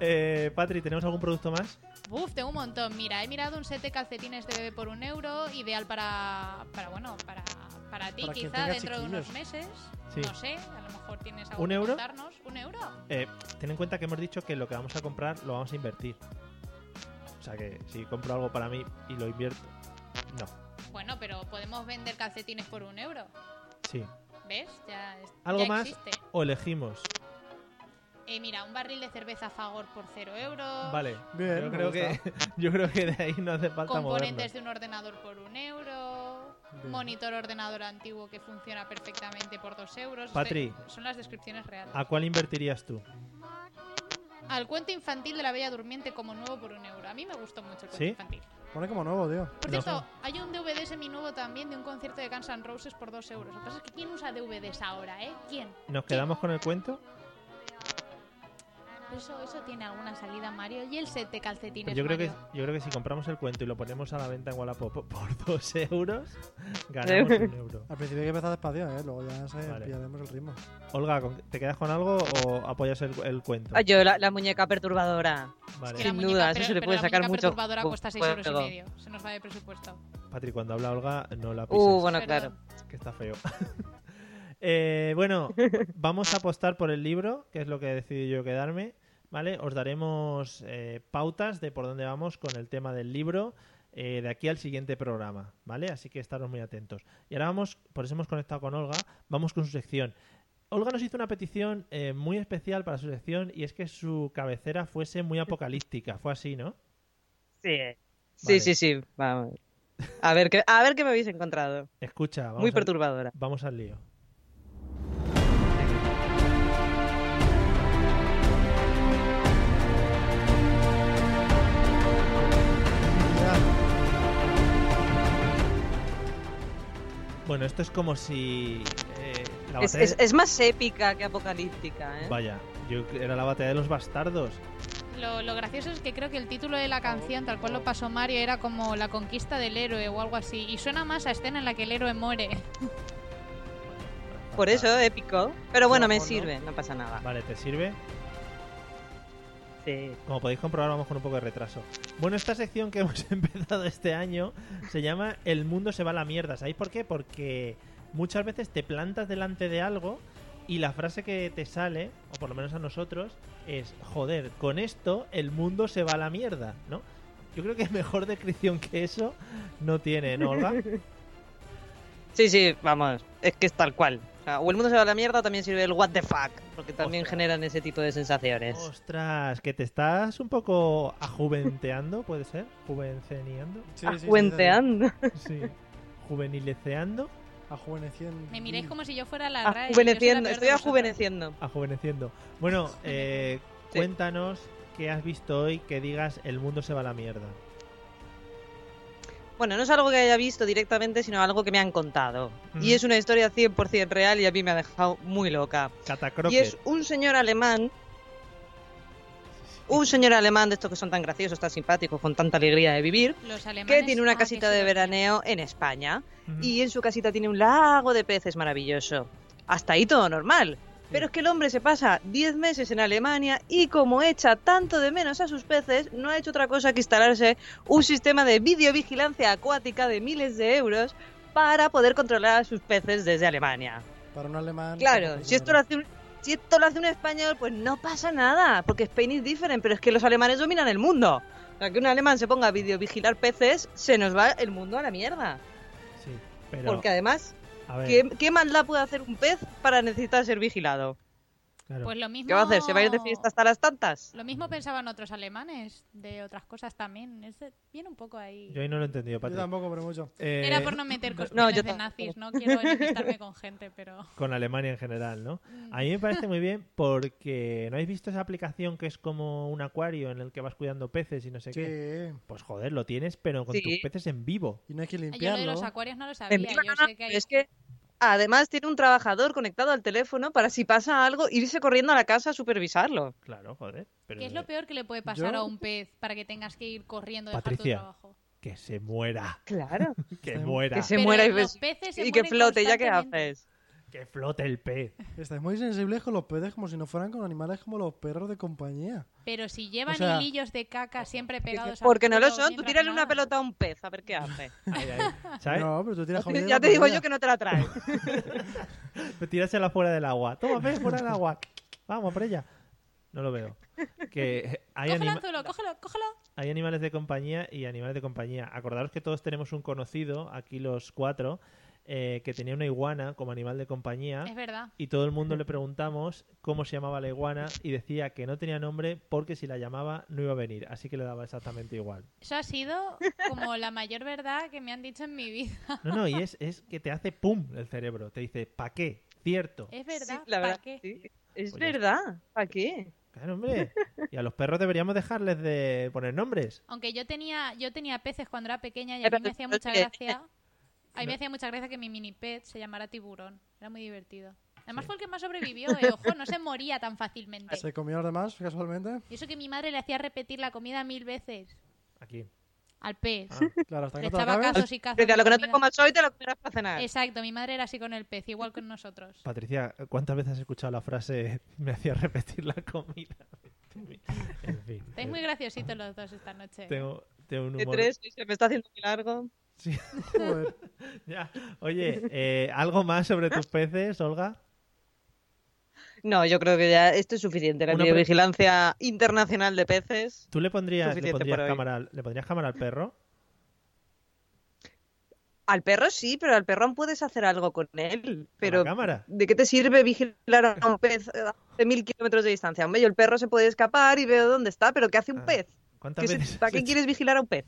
[SPEAKER 1] eh, Patri, ¿tenemos algún producto más?
[SPEAKER 2] Uf, tengo un montón. Mira, he mirado un set de calcetines de bebé por un euro, ideal para, para bueno, para, para ti
[SPEAKER 5] Para quien
[SPEAKER 2] quizá
[SPEAKER 5] tenga
[SPEAKER 2] dentro de unos
[SPEAKER 5] chiquillos.
[SPEAKER 2] meses.
[SPEAKER 1] Sí.
[SPEAKER 2] No sé, a lo mejor tienes algo
[SPEAKER 1] ¿Un
[SPEAKER 2] que
[SPEAKER 1] euro?
[SPEAKER 2] contarnos. ¿Un euro?
[SPEAKER 1] Eh, ten en cuenta que hemos dicho que lo que vamos a comprar lo vamos a invertir. O sea que si compro algo para mí y lo invierto... No,
[SPEAKER 2] Bueno, pero podemos vender calcetines por un euro.
[SPEAKER 1] sí.
[SPEAKER 2] ¿Ves? Ya, es-
[SPEAKER 1] ¿Algo
[SPEAKER 2] ya
[SPEAKER 1] más?
[SPEAKER 2] existe.
[SPEAKER 1] O elegimos.
[SPEAKER 2] Eh, mira, un barril de cerveza Fagor por cero euros.
[SPEAKER 1] Vale.
[SPEAKER 5] Bien,
[SPEAKER 1] yo,
[SPEAKER 5] me
[SPEAKER 1] creo que, yo creo que de ahí no hace falta movernos.
[SPEAKER 2] Componentes de un ordenador por un euro.
[SPEAKER 5] Bien.
[SPEAKER 2] Monitor ordenador antiguo que funciona perfectamente por dos euros.
[SPEAKER 1] Patri.
[SPEAKER 2] Este- son las descripciones reales.
[SPEAKER 1] ¿A cuál invertirías tú?
[SPEAKER 2] Al cuento infantil de la Bella Durmiente como nuevo por un euro. A mí me gustó mucho el cuento
[SPEAKER 1] ¿Sí?
[SPEAKER 2] infantil.
[SPEAKER 5] Pone como nuevo, tío.
[SPEAKER 2] Por
[SPEAKER 1] No.
[SPEAKER 2] cierto, hay un DVD semi-nuevo también de un concierto de Guns N' Roses por dos euros. Lo que pasa es que ¿quién usa DVDs ahora, eh? ¿Quién?
[SPEAKER 1] ¿Nos quedamos con el cuento?
[SPEAKER 2] Eso, eso tiene alguna salida, Mario. Y el set de calcetines,
[SPEAKER 1] Pero Pues yo creo que
[SPEAKER 2] Mario?
[SPEAKER 1] yo creo que si compramos el cuento y lo ponemos a la venta en Wallapop por dos euros, ganamos un euro.
[SPEAKER 5] Al principio hay que empezar despacio, ¿eh? Luego ya se
[SPEAKER 1] Vale.
[SPEAKER 5] pillaremos el ritmo.
[SPEAKER 1] Olga, ¿con- ¿te quedas con algo o apoyas el, el cuento?
[SPEAKER 7] Ah, yo, la, la muñeca perturbadora.
[SPEAKER 2] Es
[SPEAKER 1] vale.
[SPEAKER 2] que la
[SPEAKER 7] Sin
[SPEAKER 2] muñeca-
[SPEAKER 7] duda, eso
[SPEAKER 2] pero-
[SPEAKER 7] se le
[SPEAKER 2] pero
[SPEAKER 7] puede
[SPEAKER 2] la
[SPEAKER 7] sacar
[SPEAKER 2] muñeca
[SPEAKER 7] mucho
[SPEAKER 2] perturbadora
[SPEAKER 7] ju-
[SPEAKER 2] cuesta 6 euros y
[SPEAKER 7] juego.
[SPEAKER 2] medio. Se nos va de presupuesto.
[SPEAKER 1] Patri, cuando habla Olga, no la pises,
[SPEAKER 7] Uh, bueno, claro.
[SPEAKER 2] Perdón.
[SPEAKER 1] que está feo. Eh, bueno, vamos a apostar por el libro, que es lo que he decidido yo quedarme, ¿vale? Os daremos eh, pautas de por dónde vamos con el tema del libro eh, de aquí al siguiente programa, ¿vale? Así que estaros muy atentos. Y ahora vamos, por eso hemos conectado con Olga, vamos con su sección. Olga nos hizo una petición eh, muy especial para su sección y es que su cabecera fuese muy apocalíptica, fue así, ¿no?
[SPEAKER 7] Sí.
[SPEAKER 1] Vale.
[SPEAKER 7] Sí, sí, sí. Vamos. A ver qué, a ver qué me habéis encontrado.
[SPEAKER 1] Escucha, vamos,
[SPEAKER 7] Muy
[SPEAKER 1] al-
[SPEAKER 7] perturbadora.
[SPEAKER 1] vamos al lío.
[SPEAKER 5] Ya,
[SPEAKER 1] Bueno, esto es como si... eh, la
[SPEAKER 7] Es,
[SPEAKER 1] batalla-
[SPEAKER 7] es- es más épica que apocalíptica, ¿eh?
[SPEAKER 1] Vaya, yo era la batalla de los bastardos.
[SPEAKER 2] Lo, lo gracioso es que creo que el título de la canción, tal cual lo pasó Mario, era como La conquista del héroe o algo así. Y suena más a escena en la que el héroe muere.
[SPEAKER 7] Por eso, eh. épico. Pero bueno, me
[SPEAKER 5] Mejor, ¿no?
[SPEAKER 7] sirve, no pasa nada.
[SPEAKER 1] Vale, ¿te sirve?
[SPEAKER 7] Sí.
[SPEAKER 1] Como podéis comprobar, vamos con un poco de retraso. Bueno, esta sección que hemos empezado este año se llama El mundo se va a la mierda. ¿Sabéis por qué? Porque muchas veces te plantas delante de algo y la frase que te sale, o por lo menos a nosotros, es, joder, con esto el mundo se va a la mierda, ¿no? Yo creo que mejor descripción que eso no tiene, ¿no, Olga?
[SPEAKER 7] Sí, sí, vamos. Es que es tal cual. O, sea, o el mundo se va a la mierda o también sirve el what the fuck. Porque también
[SPEAKER 1] Ostras.
[SPEAKER 7] generan ese tipo de sensaciones.
[SPEAKER 1] Ostras, que te estás un poco ajuventeando, ¿puede ser? Juvenceneando.
[SPEAKER 5] Sí, sí, sí,
[SPEAKER 7] Ajuenteando.
[SPEAKER 1] Sí. Juvenileceando.
[SPEAKER 5] sí. Ajuveneciendo.
[SPEAKER 2] Me miráis como si yo fuera la RAE. y yo soy la
[SPEAKER 7] Ajuveneciendo.
[SPEAKER 2] peor de
[SPEAKER 7] Estoy
[SPEAKER 2] vosotras.
[SPEAKER 7] ajuveneciendo.
[SPEAKER 1] Ajuveneciendo. Bueno, eh,
[SPEAKER 7] Sí.
[SPEAKER 1] cuéntanos qué has visto hoy que digas el mundo se va a la mierda.
[SPEAKER 7] Bueno, no es algo que haya visto directamente, sino algo que me han contado.
[SPEAKER 1] Ujú.
[SPEAKER 7] Y es una historia 100% real y a mí me ha dejado muy loca. Y
[SPEAKER 1] Catacroque.
[SPEAKER 7] es un señor alemán. Un señor alemán de estos que son tan graciosos, tan simpáticos, con tanta alegría de vivir,
[SPEAKER 2] Los alemanes.
[SPEAKER 7] que tiene una
[SPEAKER 2] ah,
[SPEAKER 7] casita
[SPEAKER 2] que sí,
[SPEAKER 7] de
[SPEAKER 2] lo
[SPEAKER 7] veraneo en España.
[SPEAKER 1] Ujú.
[SPEAKER 7] Y en su casita tiene un lago de peces maravilloso. Hasta ahí todo normal. Pero es que el hombre se pasa 10 meses en Alemania y como echa tanto de menos a sus peces, no ha hecho otra cosa que instalarse un sistema de videovigilancia acuática de miles de euros para poder controlar a sus peces desde Alemania.
[SPEAKER 5] Para un alemán.
[SPEAKER 7] Claro,
[SPEAKER 5] poco
[SPEAKER 7] si esto lo
[SPEAKER 5] primero.
[SPEAKER 7] hace un, si esto lo hace un español, pues no pasa nada, porque Spain is different, pero es que los alemanes dominan el mundo. O sea, que un alemán se ponga a videovigilar peces, se nos va el mundo a la mierda.
[SPEAKER 1] Sí, pero
[SPEAKER 7] Porque además,
[SPEAKER 1] a ver,
[SPEAKER 7] ¿qué, qué maldad puede hacer un pez para necesitar ser vigilado?
[SPEAKER 1] claro.
[SPEAKER 2] Pues lo mismo.
[SPEAKER 7] ¿Qué va a hacer? ¿Se va a ir de fiesta hasta las tantas?
[SPEAKER 2] Lo mismo pensaban otros alemanes de otras cosas también. Es- viene un poco ahí.
[SPEAKER 1] yo ahí no lo he entendido,
[SPEAKER 5] Yo
[SPEAKER 1] Patrick.
[SPEAKER 5] tampoco, pero mucho.
[SPEAKER 1] Eh,
[SPEAKER 2] Era por no meter cosas
[SPEAKER 7] No, yo
[SPEAKER 2] de
[SPEAKER 7] tampoco.
[SPEAKER 2] nazis, no quiero enemistarme con gente, pero.
[SPEAKER 1] Con Alemania en general, ¿no?
[SPEAKER 7] Mm.
[SPEAKER 1] A mí me parece muy bien porque ¿no habéis visto esa aplicación que es como un acuario en el que vas cuidando peces y no sé qué?
[SPEAKER 5] Sí.
[SPEAKER 1] Pues joder, lo tienes, pero con
[SPEAKER 7] Sí.
[SPEAKER 1] tus peces en vivo.
[SPEAKER 5] Y no hay que
[SPEAKER 2] Yo lo de
[SPEAKER 5] limpiarlo.
[SPEAKER 2] los acuarios no lo sabía.
[SPEAKER 7] Encima,
[SPEAKER 2] Yo
[SPEAKER 7] no,
[SPEAKER 2] sé que hay.
[SPEAKER 7] Es que además tiene un trabajador conectado al teléfono para si pasa algo irse corriendo a la casa a supervisarlo.
[SPEAKER 1] Claro, joder. Pero
[SPEAKER 2] ¿Qué es lo peor que le puede pasar
[SPEAKER 5] Yo-
[SPEAKER 2] a un pez para que tengas que ir corriendo a dejar
[SPEAKER 1] Patricia.
[SPEAKER 2] tu trabajo?
[SPEAKER 1] Que se muera,
[SPEAKER 7] Claro.
[SPEAKER 1] que
[SPEAKER 5] Está-
[SPEAKER 1] muera,
[SPEAKER 7] que
[SPEAKER 1] que,
[SPEAKER 7] se muera y,
[SPEAKER 2] los
[SPEAKER 7] ves-
[SPEAKER 2] peces se
[SPEAKER 7] y que
[SPEAKER 2] mueren
[SPEAKER 7] flote, ¿ya qué
[SPEAKER 2] constantemente.
[SPEAKER 7] haces?
[SPEAKER 1] flote el pez.
[SPEAKER 5] Estáis muy sensibles con los peces como si no fueran con animales como los perros de compañía.
[SPEAKER 2] Pero si llevan
[SPEAKER 5] O sea-
[SPEAKER 2] hilillos de caca siempre pegados al
[SPEAKER 7] Porque no lo
[SPEAKER 2] culo
[SPEAKER 7] son, tú
[SPEAKER 2] mientras
[SPEAKER 7] tírale una
[SPEAKER 2] nadan.
[SPEAKER 7] pelota a un pez a ver qué hace.
[SPEAKER 1] Ahí, ahí. ¿Sabes?
[SPEAKER 5] No, pero tú tiras comida.
[SPEAKER 7] ya te digo yo que no te la traes.
[SPEAKER 1] Tirársela fuera del agua. Toma pez fuera del agua. Vamos, por ella. No lo veo. Que hay,
[SPEAKER 2] Cógelo,
[SPEAKER 1] anima-
[SPEAKER 2] Anzuelo, cógelo, cógelo.
[SPEAKER 1] hay animales de compañía y animales de compañía. Acordaros que todos tenemos un conocido, aquí los cuatro, eh, que tenía una iguana como animal de
[SPEAKER 7] ¿Ah?
[SPEAKER 1] compañía.
[SPEAKER 2] Es verdad.
[SPEAKER 1] y todo el mundo le preguntamos cómo se llamaba la iguana y decía que no tenía nombre porque si la llamaba no iba a venir, así que le daba exactamente igual.
[SPEAKER 2] Eso ha sido como la mayor verdad que me han dicho en mi vida.
[SPEAKER 1] No, no, y es, es que te hace pum el cerebro, te dice, ¿pa' qué? Cierto.
[SPEAKER 2] Es verdad.
[SPEAKER 7] Sí, la verdad.
[SPEAKER 2] ¿Para qué?
[SPEAKER 7] sí. Es
[SPEAKER 1] Pues ya
[SPEAKER 7] verdad. ¿Para qué?
[SPEAKER 1] Claro, hombre. Y a los perros deberíamos dejarles de poner nombres.
[SPEAKER 2] Aunque yo tenía, yo tenía peces cuando era pequeña y a
[SPEAKER 7] Pero
[SPEAKER 2] mí me
[SPEAKER 7] tú
[SPEAKER 2] hacía
[SPEAKER 7] no
[SPEAKER 2] mucha
[SPEAKER 7] tienes.
[SPEAKER 2] gracia. A mí me hacía mucha gracia que mi mini pet se llamara tiburón. Era muy divertido. Además fue el que más sobrevivió, eh, ojo, no se moría tan fácilmente.
[SPEAKER 5] Se comió los demás casualmente.
[SPEAKER 1] Ah.
[SPEAKER 2] Y eso que mi madre le hacía repetir la comida mil veces
[SPEAKER 1] Aquí.
[SPEAKER 2] al pez.
[SPEAKER 1] Ah,
[SPEAKER 5] Claro, hasta
[SPEAKER 2] Le
[SPEAKER 5] que no te
[SPEAKER 2] echaba
[SPEAKER 5] acabes.
[SPEAKER 2] cazos y cazos.
[SPEAKER 7] Porque
[SPEAKER 2] de
[SPEAKER 7] a lo que no te
[SPEAKER 2] comida.
[SPEAKER 7] comas hoy te lo comerás para cenar.
[SPEAKER 2] Exacto, mi madre era así con el pez, igual con nosotros.
[SPEAKER 1] Patricia, ¿cuántas veces has escuchado la frase me hacía repetir la comida? En fin.
[SPEAKER 2] Estáis muy graciositos los dos esta noche.
[SPEAKER 1] Tengo, tengo un
[SPEAKER 7] De
[SPEAKER 1] humor.
[SPEAKER 7] tres, se me está haciendo muy largo.
[SPEAKER 1] Sí.
[SPEAKER 5] Joder.
[SPEAKER 1] Ya. Oye, eh, ¿algo más sobre tus peces, Olga?
[SPEAKER 7] No, yo creo que ya esto es suficiente. La
[SPEAKER 1] Una pre-
[SPEAKER 7] videovigilancia internacional de peces.
[SPEAKER 1] ¿Tú le pondrías, le
[SPEAKER 7] Suficiente
[SPEAKER 1] pondrías
[SPEAKER 7] por hoy.
[SPEAKER 1] cámara, al- le pondrías cámara al perro?
[SPEAKER 7] Al perro sí, pero al perrón puedes hacer algo con él. Pero
[SPEAKER 1] ¿Con la cámara?
[SPEAKER 7] ¿de qué te sirve vigilar a un pez de mil kilómetros de distancia? Hombre, yo el perro se puede escapar y veo dónde está, pero ¿qué hace un
[SPEAKER 1] Ah,
[SPEAKER 7] pez?
[SPEAKER 1] ¿Cuántas
[SPEAKER 7] ¿Qué se-
[SPEAKER 1] veces?
[SPEAKER 7] ¿Para
[SPEAKER 1] has
[SPEAKER 7] qué
[SPEAKER 1] hecho?
[SPEAKER 7] quieres vigilar a un pez?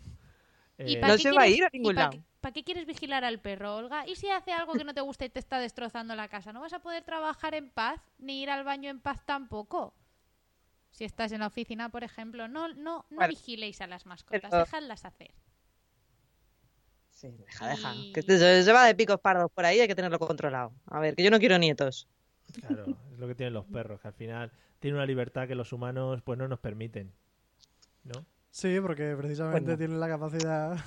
[SPEAKER 2] ¿Y
[SPEAKER 1] Eh,
[SPEAKER 2] pa'
[SPEAKER 7] No
[SPEAKER 2] qué
[SPEAKER 7] se va a
[SPEAKER 2] quieres-
[SPEAKER 7] ir a ningún
[SPEAKER 2] y pa'
[SPEAKER 7] lado.
[SPEAKER 2] qué- ¿Para qué quieres vigilar al perro, Olga? ¿Y si hace algo que no te gusta y te está destrozando la casa? ¿No vas a poder trabajar en paz ni ir al baño en paz tampoco? Si estás en la oficina, por ejemplo, no, no, no
[SPEAKER 7] Bueno,
[SPEAKER 2] vigiléis a las mascotas,
[SPEAKER 7] pero-
[SPEAKER 2] dejadlas hacer.
[SPEAKER 7] Sí, deja, deja.
[SPEAKER 2] Y-
[SPEAKER 7] Que esto se se va de picos pardos por ahí, hay que tenerlo controlado. A ver, que yo no quiero nietos.
[SPEAKER 1] Claro, es lo que tienen los perros, que al final tienen una libertad que los humanos pues no nos permiten. ¿No?
[SPEAKER 5] Sí, porque precisamente
[SPEAKER 7] Bueno.
[SPEAKER 5] tienen la capacidad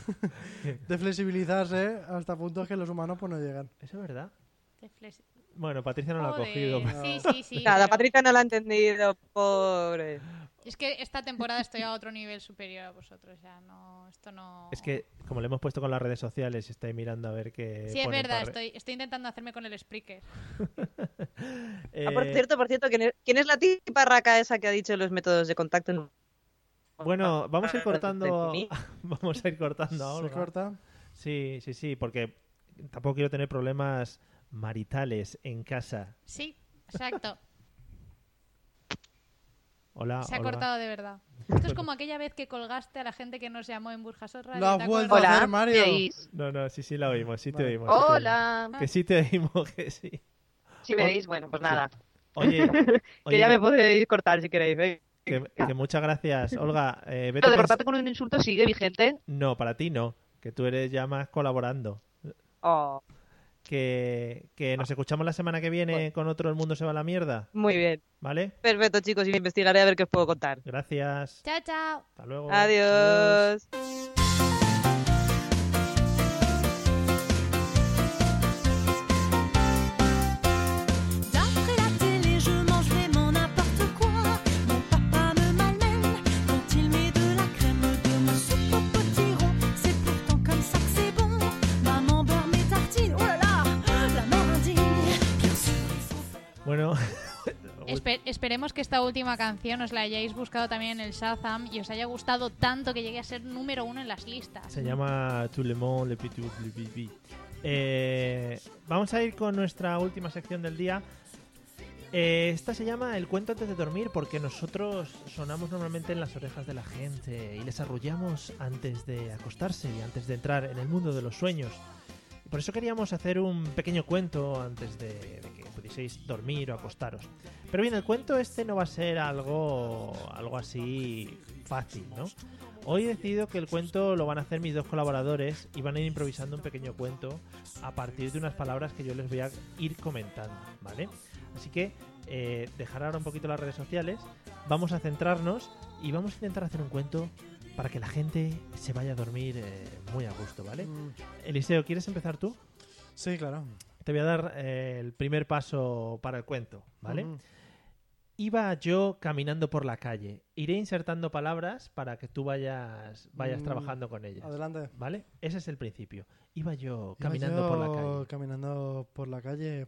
[SPEAKER 5] de flexibilizarse hasta puntos que los humanos pues no llegan.
[SPEAKER 1] ¿Eso es verdad?
[SPEAKER 2] Te flex-
[SPEAKER 1] Bueno, Patricia no lo ha
[SPEAKER 2] Joder,
[SPEAKER 1] cogido. pero-
[SPEAKER 2] Sí, sí, sí.
[SPEAKER 7] Nada,
[SPEAKER 2] pero
[SPEAKER 7] Patricia no lo ha entendido, pobre.
[SPEAKER 1] Eh.
[SPEAKER 2] Es que esta temporada estoy a otro nivel superior a vosotros, ya no, esto no...
[SPEAKER 1] Es que, eh, como le hemos puesto con las redes sociales, estáis mirando a ver qué.
[SPEAKER 2] Sí, es
[SPEAKER 1] ponen
[SPEAKER 2] verdad,
[SPEAKER 1] para re-
[SPEAKER 2] estoy, estoy intentando hacerme con el speaker.
[SPEAKER 1] Eh,
[SPEAKER 7] Ah, por cierto, por cierto, ¿quién es, quién es la tiparraca esa que ha dicho los métodos de contacto? en-
[SPEAKER 1] Bueno, vamos a ir cortando.
[SPEAKER 7] Sí.
[SPEAKER 1] vamos a ir cortando
[SPEAKER 5] ¿Se
[SPEAKER 1] ahora.
[SPEAKER 5] corta?
[SPEAKER 1] Sí, sí, sí, porque tampoco quiero tener problemas maritales en casa.
[SPEAKER 2] Sí, exacto.
[SPEAKER 1] Ah, Hola,
[SPEAKER 2] Se ha
[SPEAKER 1] Olga.
[SPEAKER 2] cortado de verdad. Esto es como aquella vez que colgaste a la gente que nos llamó en Burjasot Radio.
[SPEAKER 5] Lo has
[SPEAKER 2] ¿te
[SPEAKER 5] vuelto
[SPEAKER 2] acuerdas?
[SPEAKER 5] a
[SPEAKER 7] Hola,
[SPEAKER 5] hacer, Mario.
[SPEAKER 7] ¿me oís?
[SPEAKER 1] No, no, sí, sí la oímos, sí te
[SPEAKER 5] Ah, Vale.
[SPEAKER 1] oímos. sí te
[SPEAKER 7] Hola.
[SPEAKER 1] oímos. Que sí te oímos, que sí.
[SPEAKER 7] Si me oís, bueno, pues nada.
[SPEAKER 1] Oye,
[SPEAKER 7] Que
[SPEAKER 1] oye,
[SPEAKER 7] ya me podéis cortar si queréis. ¿eh?
[SPEAKER 1] que, que muchas gracias, Olga. eh, vete
[SPEAKER 7] Lo de
[SPEAKER 1] pens-
[SPEAKER 7] cortarte con un insulto sigue vigente.
[SPEAKER 1] No, para ti no, que tú eres ya más colaborando.
[SPEAKER 7] Oh,
[SPEAKER 1] Que,
[SPEAKER 7] Ah.
[SPEAKER 1] que nos escuchamos la semana que viene con otro El Mundo se va a la mierda,
[SPEAKER 7] muy bien.
[SPEAKER 1] ¿vale?
[SPEAKER 7] Perfecto, chicos, y me investigaré a ver qué os puedo contar.
[SPEAKER 1] Gracias.
[SPEAKER 2] Chao, chao.
[SPEAKER 1] Hasta luego.
[SPEAKER 7] Adiós.
[SPEAKER 8] D'après la télé, je mangerai mon n'importe quoi. Mon papa me malmène quand il met de la crème de mon soupe au potiron. C'est pourtant comme ça que c'est bon. Maman beurre mes tartines. Oh là là, la mère indigne. Bien sûr, il faut faire.
[SPEAKER 1] Bueno,
[SPEAKER 2] Espe- esperemos que esta última canción os la hayáis buscado también en el Shazam y os haya gustado tanto que llegue a ser número uno en las listas.
[SPEAKER 1] se llama Tout le monde, le petit, le petit. Eh, vamos a ir con nuestra última sección del día. Eh, esta se llama El cuento antes de dormir porque nosotros sonamos normalmente en las orejas de la gente y les arrullamos antes de acostarse y antes de entrar en el mundo de los sueños. Por eso queríamos hacer un pequeño cuento antes de, de que pudieseis dormir o acostaros. Pero bien, el cuento este no va a ser algo, algo así fácil, ¿no? Hoy he decidido que el cuento lo van a hacer mis dos colaboradores y van a ir improvisando un pequeño cuento a partir de unas palabras que yo les voy a ir comentando, ¿vale? Así que eh, dejar ahora un poquito las redes sociales, vamos a centrarnos y vamos a intentar hacer un cuento para que la gente se vaya a dormir eh, muy a gusto, ¿vale?
[SPEAKER 5] Mm,
[SPEAKER 1] Eliseo, ¿quieres empezar tú?
[SPEAKER 5] Sí, claro.
[SPEAKER 1] Te voy a dar eh, el primer paso para el cuento, ¿vale?
[SPEAKER 5] Mm.
[SPEAKER 1] Iba yo caminando por la calle. Iré insertando palabras para que tú vayas, vayas
[SPEAKER 5] Mm,
[SPEAKER 1] trabajando con ellas.
[SPEAKER 5] Adelante.
[SPEAKER 1] ¿Vale? Ese es el principio. Iba yo
[SPEAKER 5] Iba
[SPEAKER 1] caminando
[SPEAKER 5] yo
[SPEAKER 1] por la calle.
[SPEAKER 5] Caminando por la calle.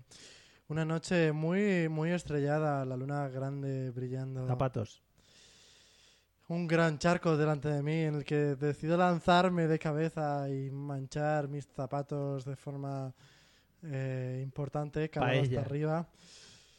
[SPEAKER 5] Una noche muy, muy estrellada, la luna grande brillando.
[SPEAKER 1] Zapatos.
[SPEAKER 5] Un gran charco delante de mí en el que decido lanzarme de cabeza y manchar mis zapatos de forma eh, importante, calado
[SPEAKER 1] Paella.
[SPEAKER 5] hasta arriba.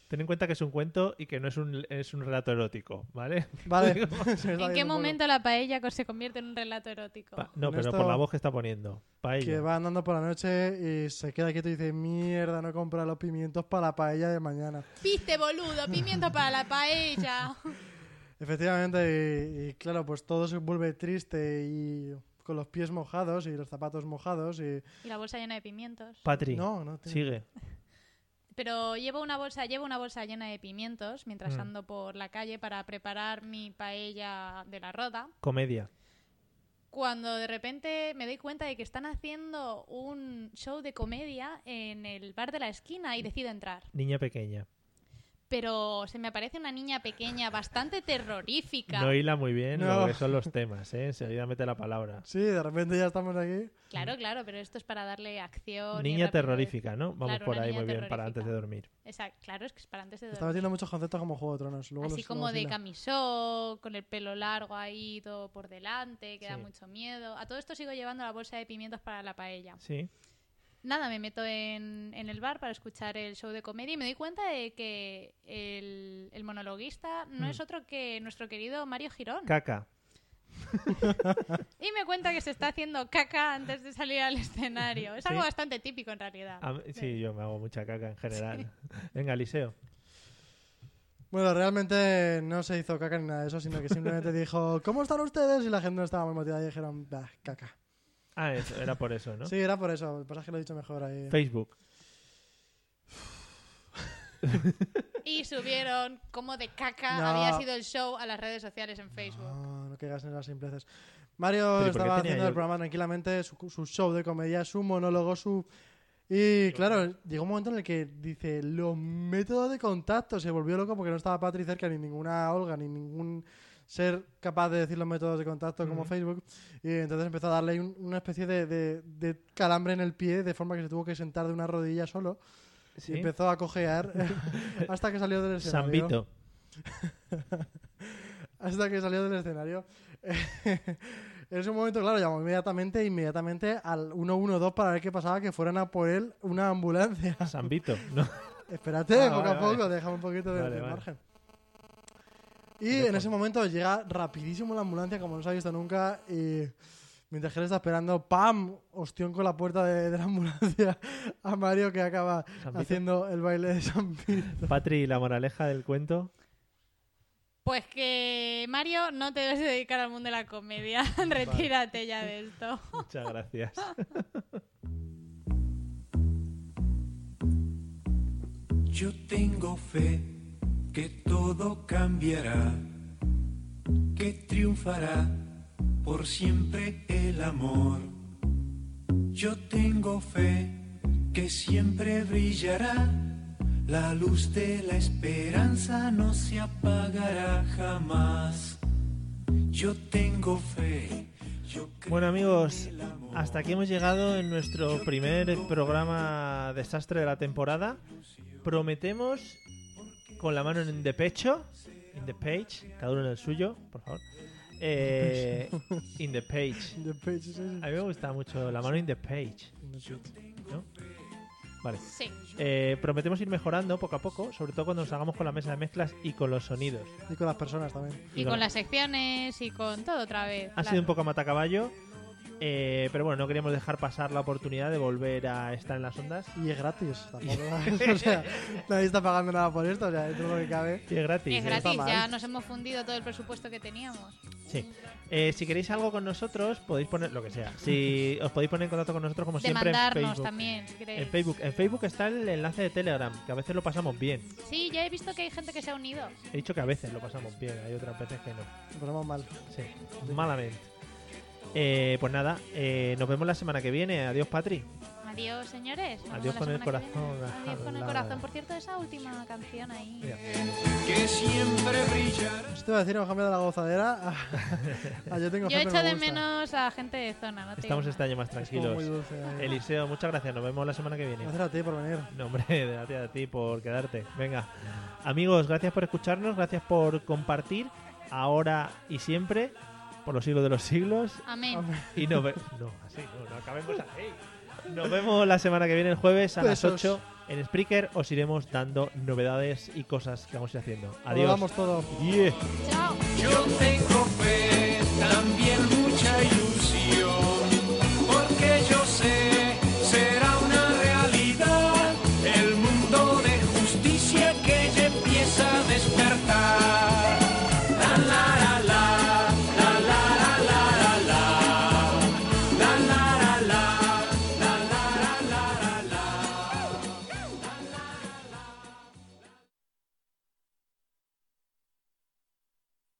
[SPEAKER 1] Ten en cuenta que es un cuento y que no es un, es un relato erótico, ¿vale?
[SPEAKER 5] Vale. Se me está
[SPEAKER 2] ¿En qué
[SPEAKER 5] yendo un poco.
[SPEAKER 2] momento la paella co- se convierte en un relato erótico?
[SPEAKER 1] Pa- no,
[SPEAKER 5] Con
[SPEAKER 1] pero
[SPEAKER 5] esto-
[SPEAKER 1] por la voz que está poniendo. Paella.
[SPEAKER 5] Que va andando por la noche y se queda quieto y dice, mierda, no compra los pimientos para la paella de mañana.
[SPEAKER 2] Piste, boludo, pimiento para la paella.
[SPEAKER 5] Efectivamente, y, y claro, pues todo se vuelve triste y con los pies mojados y los zapatos mojados y...
[SPEAKER 2] Y la bolsa llena de pimientos.
[SPEAKER 1] Patri,
[SPEAKER 5] No, no tiene-
[SPEAKER 1] sigue.
[SPEAKER 2] Pero llevo una bolsa, llevo una bolsa llena de pimientos mientras
[SPEAKER 1] Mm.
[SPEAKER 2] ando por la calle para preparar mi paella de la roda.
[SPEAKER 1] Comedia.
[SPEAKER 2] cuando de repente me doy cuenta de que están haciendo un show de comedia en el bar de la esquina y decido entrar.
[SPEAKER 1] Niña pequeña.
[SPEAKER 2] Pero se me aparece una niña pequeña bastante terrorífica.
[SPEAKER 1] No hila muy bien
[SPEAKER 5] No.
[SPEAKER 1] lo que son los temas, ¿eh? Enseguida mete la palabra.
[SPEAKER 5] Sí, de repente ya estamos aquí.
[SPEAKER 2] Claro, claro, pero esto es para darle acción. y
[SPEAKER 1] Niña
[SPEAKER 2] rapidez.
[SPEAKER 1] terrorífica, ¿no? Vamos
[SPEAKER 2] Claro,
[SPEAKER 1] por
[SPEAKER 2] una
[SPEAKER 1] ahí
[SPEAKER 2] niña
[SPEAKER 1] muy bien para
[SPEAKER 2] terrorífica.
[SPEAKER 1] antes de dormir.
[SPEAKER 2] Esa- claro, es que es para antes de
[SPEAKER 5] Está
[SPEAKER 2] dormir.
[SPEAKER 5] metiendo muchos conceptos como Juego de Tronos. Luego
[SPEAKER 2] Así
[SPEAKER 5] los-
[SPEAKER 2] como
[SPEAKER 5] los
[SPEAKER 2] de
[SPEAKER 5] hila.
[SPEAKER 2] camisón, con el pelo largo ahí, todo por delante, que da
[SPEAKER 1] Sí.
[SPEAKER 2] mucho miedo. A todo esto sigo llevando la bolsa de pimientos para la paella.
[SPEAKER 1] Sí.
[SPEAKER 2] Nada, me meto en, en el bar para escuchar el show de comedia y me doy cuenta de que el, el monologuista no
[SPEAKER 1] Mm.
[SPEAKER 2] es otro que nuestro querido Mario Girón.
[SPEAKER 1] Caca.
[SPEAKER 2] y me cuenta que se está haciendo caca antes de salir al escenario. Es algo
[SPEAKER 1] Sí.
[SPEAKER 2] bastante típico en realidad.
[SPEAKER 1] A mí- sí, yo me hago mucha caca en general. Venga, Eliseo.
[SPEAKER 5] Bueno, realmente no se hizo caca ni nada de eso, sino que simplemente dijo, ¿cómo están ustedes? Y la gente no estaba muy motivada y dijeron, bah, caca.
[SPEAKER 1] Ah, eso, era por eso, ¿no?
[SPEAKER 5] Sí, era por eso. El pasaje lo he dicho mejor ahí.
[SPEAKER 1] Facebook.
[SPEAKER 2] Y subieron como de caca
[SPEAKER 5] No.
[SPEAKER 2] había sido el show a las redes sociales en Facebook.
[SPEAKER 5] No, no caigas en las simplezas. Mario
[SPEAKER 1] ¿por qué
[SPEAKER 5] estaba
[SPEAKER 1] tenía
[SPEAKER 5] haciendo
[SPEAKER 1] yo-
[SPEAKER 5] el programa tranquilamente, su, su show de comedia, su monólogo, su... Y claro, llegó un momento en el que dice, los métodos de contacto, se volvió loco porque no estaba Patri cerca, ni ninguna Olga, ni ningún ser capaz de decir los métodos de contacto como
[SPEAKER 1] Ujú.
[SPEAKER 5] Facebook. Y entonces empezó a darle un- una especie de, de- de calambre en el pie, de forma que se tuvo que sentar de una rodilla solo.
[SPEAKER 1] Sí.
[SPEAKER 5] Y empezó a cojear hasta que salió del escenario.
[SPEAKER 1] Sambito.
[SPEAKER 5] Hasta que salió del escenario. En ese momento, claro, llamó inmediatamente, inmediatamente al 112 para ver qué pasaba, que fueran a por él una ambulancia.
[SPEAKER 1] San Vito, ¿no?
[SPEAKER 5] Espérate,
[SPEAKER 1] Ah,
[SPEAKER 5] poco
[SPEAKER 1] vale,
[SPEAKER 5] a poco,
[SPEAKER 1] vale.
[SPEAKER 5] déjame un poquito de,
[SPEAKER 1] Vale,
[SPEAKER 5] de
[SPEAKER 1] vale. pues.
[SPEAKER 5] margen. Y en ese momento llega rapidísimo la ambulancia, como no se ha visto nunca, y mientras que él está esperando, ¡pam! Ostión con la puerta de, de la ambulancia a Mario que acaba
[SPEAKER 1] San Vito.
[SPEAKER 5] haciendo el baile de San Vito.
[SPEAKER 1] Patri, la moraleja del cuento.
[SPEAKER 2] Pues que Mario, no te debes dedicar al mundo de la comedia. Retírate ya de esto.
[SPEAKER 1] Muchas gracias.
[SPEAKER 9] Yo tengo fe que todo cambiará, que triunfará por siempre el amor. Yo tengo fe que siempre brillará, la luz de la esperanza no se apagará jamás. Yo tengo fe. yo creo
[SPEAKER 1] Bueno amigos,
[SPEAKER 9] en el amor.
[SPEAKER 1] hasta aquí hemos llegado en nuestro primer programa desastre de la temporada. Prometemos con la mano en the pecho, in the page, cada uno en el suyo, por favor. Eh, in the page.
[SPEAKER 5] The page is-
[SPEAKER 1] A mí me gusta mucho la mano in the page. ¿no? Vale.
[SPEAKER 2] Sí.
[SPEAKER 1] Eh, prometemos ir mejorando poco a poco, sobre todo cuando nos hagamos con la mesa de mezclas y con los sonidos.
[SPEAKER 5] Y con las personas también.
[SPEAKER 2] Y con las secciones y con todo otra vez.
[SPEAKER 1] Ha
[SPEAKER 2] claro.
[SPEAKER 1] sido un poco matacaballo, eh, pero bueno, no queríamos dejar pasar la oportunidad de volver a estar en las ondas.
[SPEAKER 5] Y es gratis. Tampoco, o sea, nadie está pagando nada por esto, o sea, dentro de lo que cabe.
[SPEAKER 1] Y es gratis.
[SPEAKER 2] Y es
[SPEAKER 1] ¿eh?
[SPEAKER 2] gratis,
[SPEAKER 5] mal.
[SPEAKER 2] ya nos hemos fundido todo el presupuesto que teníamos.
[SPEAKER 1] Sí. Eh, si queréis algo con nosotros, podéis poner lo que sea. Si os podéis poner en contacto con nosotros, como siempre, en
[SPEAKER 2] Demandarnos
[SPEAKER 1] Facebook.
[SPEAKER 2] también, si queréis.
[SPEAKER 1] En Facebook. En Facebook está el enlace de Telegram, que a veces lo pasamos bien.
[SPEAKER 2] Sí, ya he visto que hay gente que se ha unido.
[SPEAKER 1] He dicho que a veces lo pasamos bien, hay otras veces que no.
[SPEAKER 5] Lo pasamos mal.
[SPEAKER 1] Sí, malamente. Eh, pues nada, eh, nos vemos la semana que viene. Adiós, Patri.
[SPEAKER 2] Adiós, señores. Nos
[SPEAKER 1] Adiós
[SPEAKER 2] vemos la
[SPEAKER 1] con el
[SPEAKER 2] semana que
[SPEAKER 1] corazón,
[SPEAKER 2] viene. Adiós con el
[SPEAKER 1] la-
[SPEAKER 2] corazón. Por cierto, esa última canción ahí.
[SPEAKER 1] Mira.
[SPEAKER 9] que siempre brillará.
[SPEAKER 5] Yo te voy a decir, hemos cambiado la gozadera a, a yo tengo
[SPEAKER 2] Yo
[SPEAKER 5] jefe,
[SPEAKER 2] echo
[SPEAKER 5] me
[SPEAKER 2] de
[SPEAKER 5] gusta.
[SPEAKER 2] menos a gente de zona. No te
[SPEAKER 1] Estamos
[SPEAKER 2] digo
[SPEAKER 1] este año más
[SPEAKER 5] Es como muy
[SPEAKER 1] tranquilos.
[SPEAKER 5] dulce ahí.
[SPEAKER 1] Eliseo, muchas gracias. Nos vemos la semana que viene.
[SPEAKER 5] Gracias a ti por venir.
[SPEAKER 1] No, hombre, gracias a ti por quedarte. Venga. Amigos, gracias por escucharnos, gracias por compartir ahora y siempre, por los siglos de los siglos.
[SPEAKER 2] más. Amén.
[SPEAKER 1] Y nos ve- No, así, no, no acabemos así. Nos vemos la semana que viene, el jueves, a las
[SPEAKER 5] Besos.
[SPEAKER 1] 8 en Spreaker. Os iremos dando novedades y cosas que vamos a ir haciendo.
[SPEAKER 5] Adiós.
[SPEAKER 1] Adiós.
[SPEAKER 5] Vamos todo.
[SPEAKER 1] Yeah.
[SPEAKER 2] Chao.
[SPEAKER 9] Yo tengo fe, también mucha ilusión.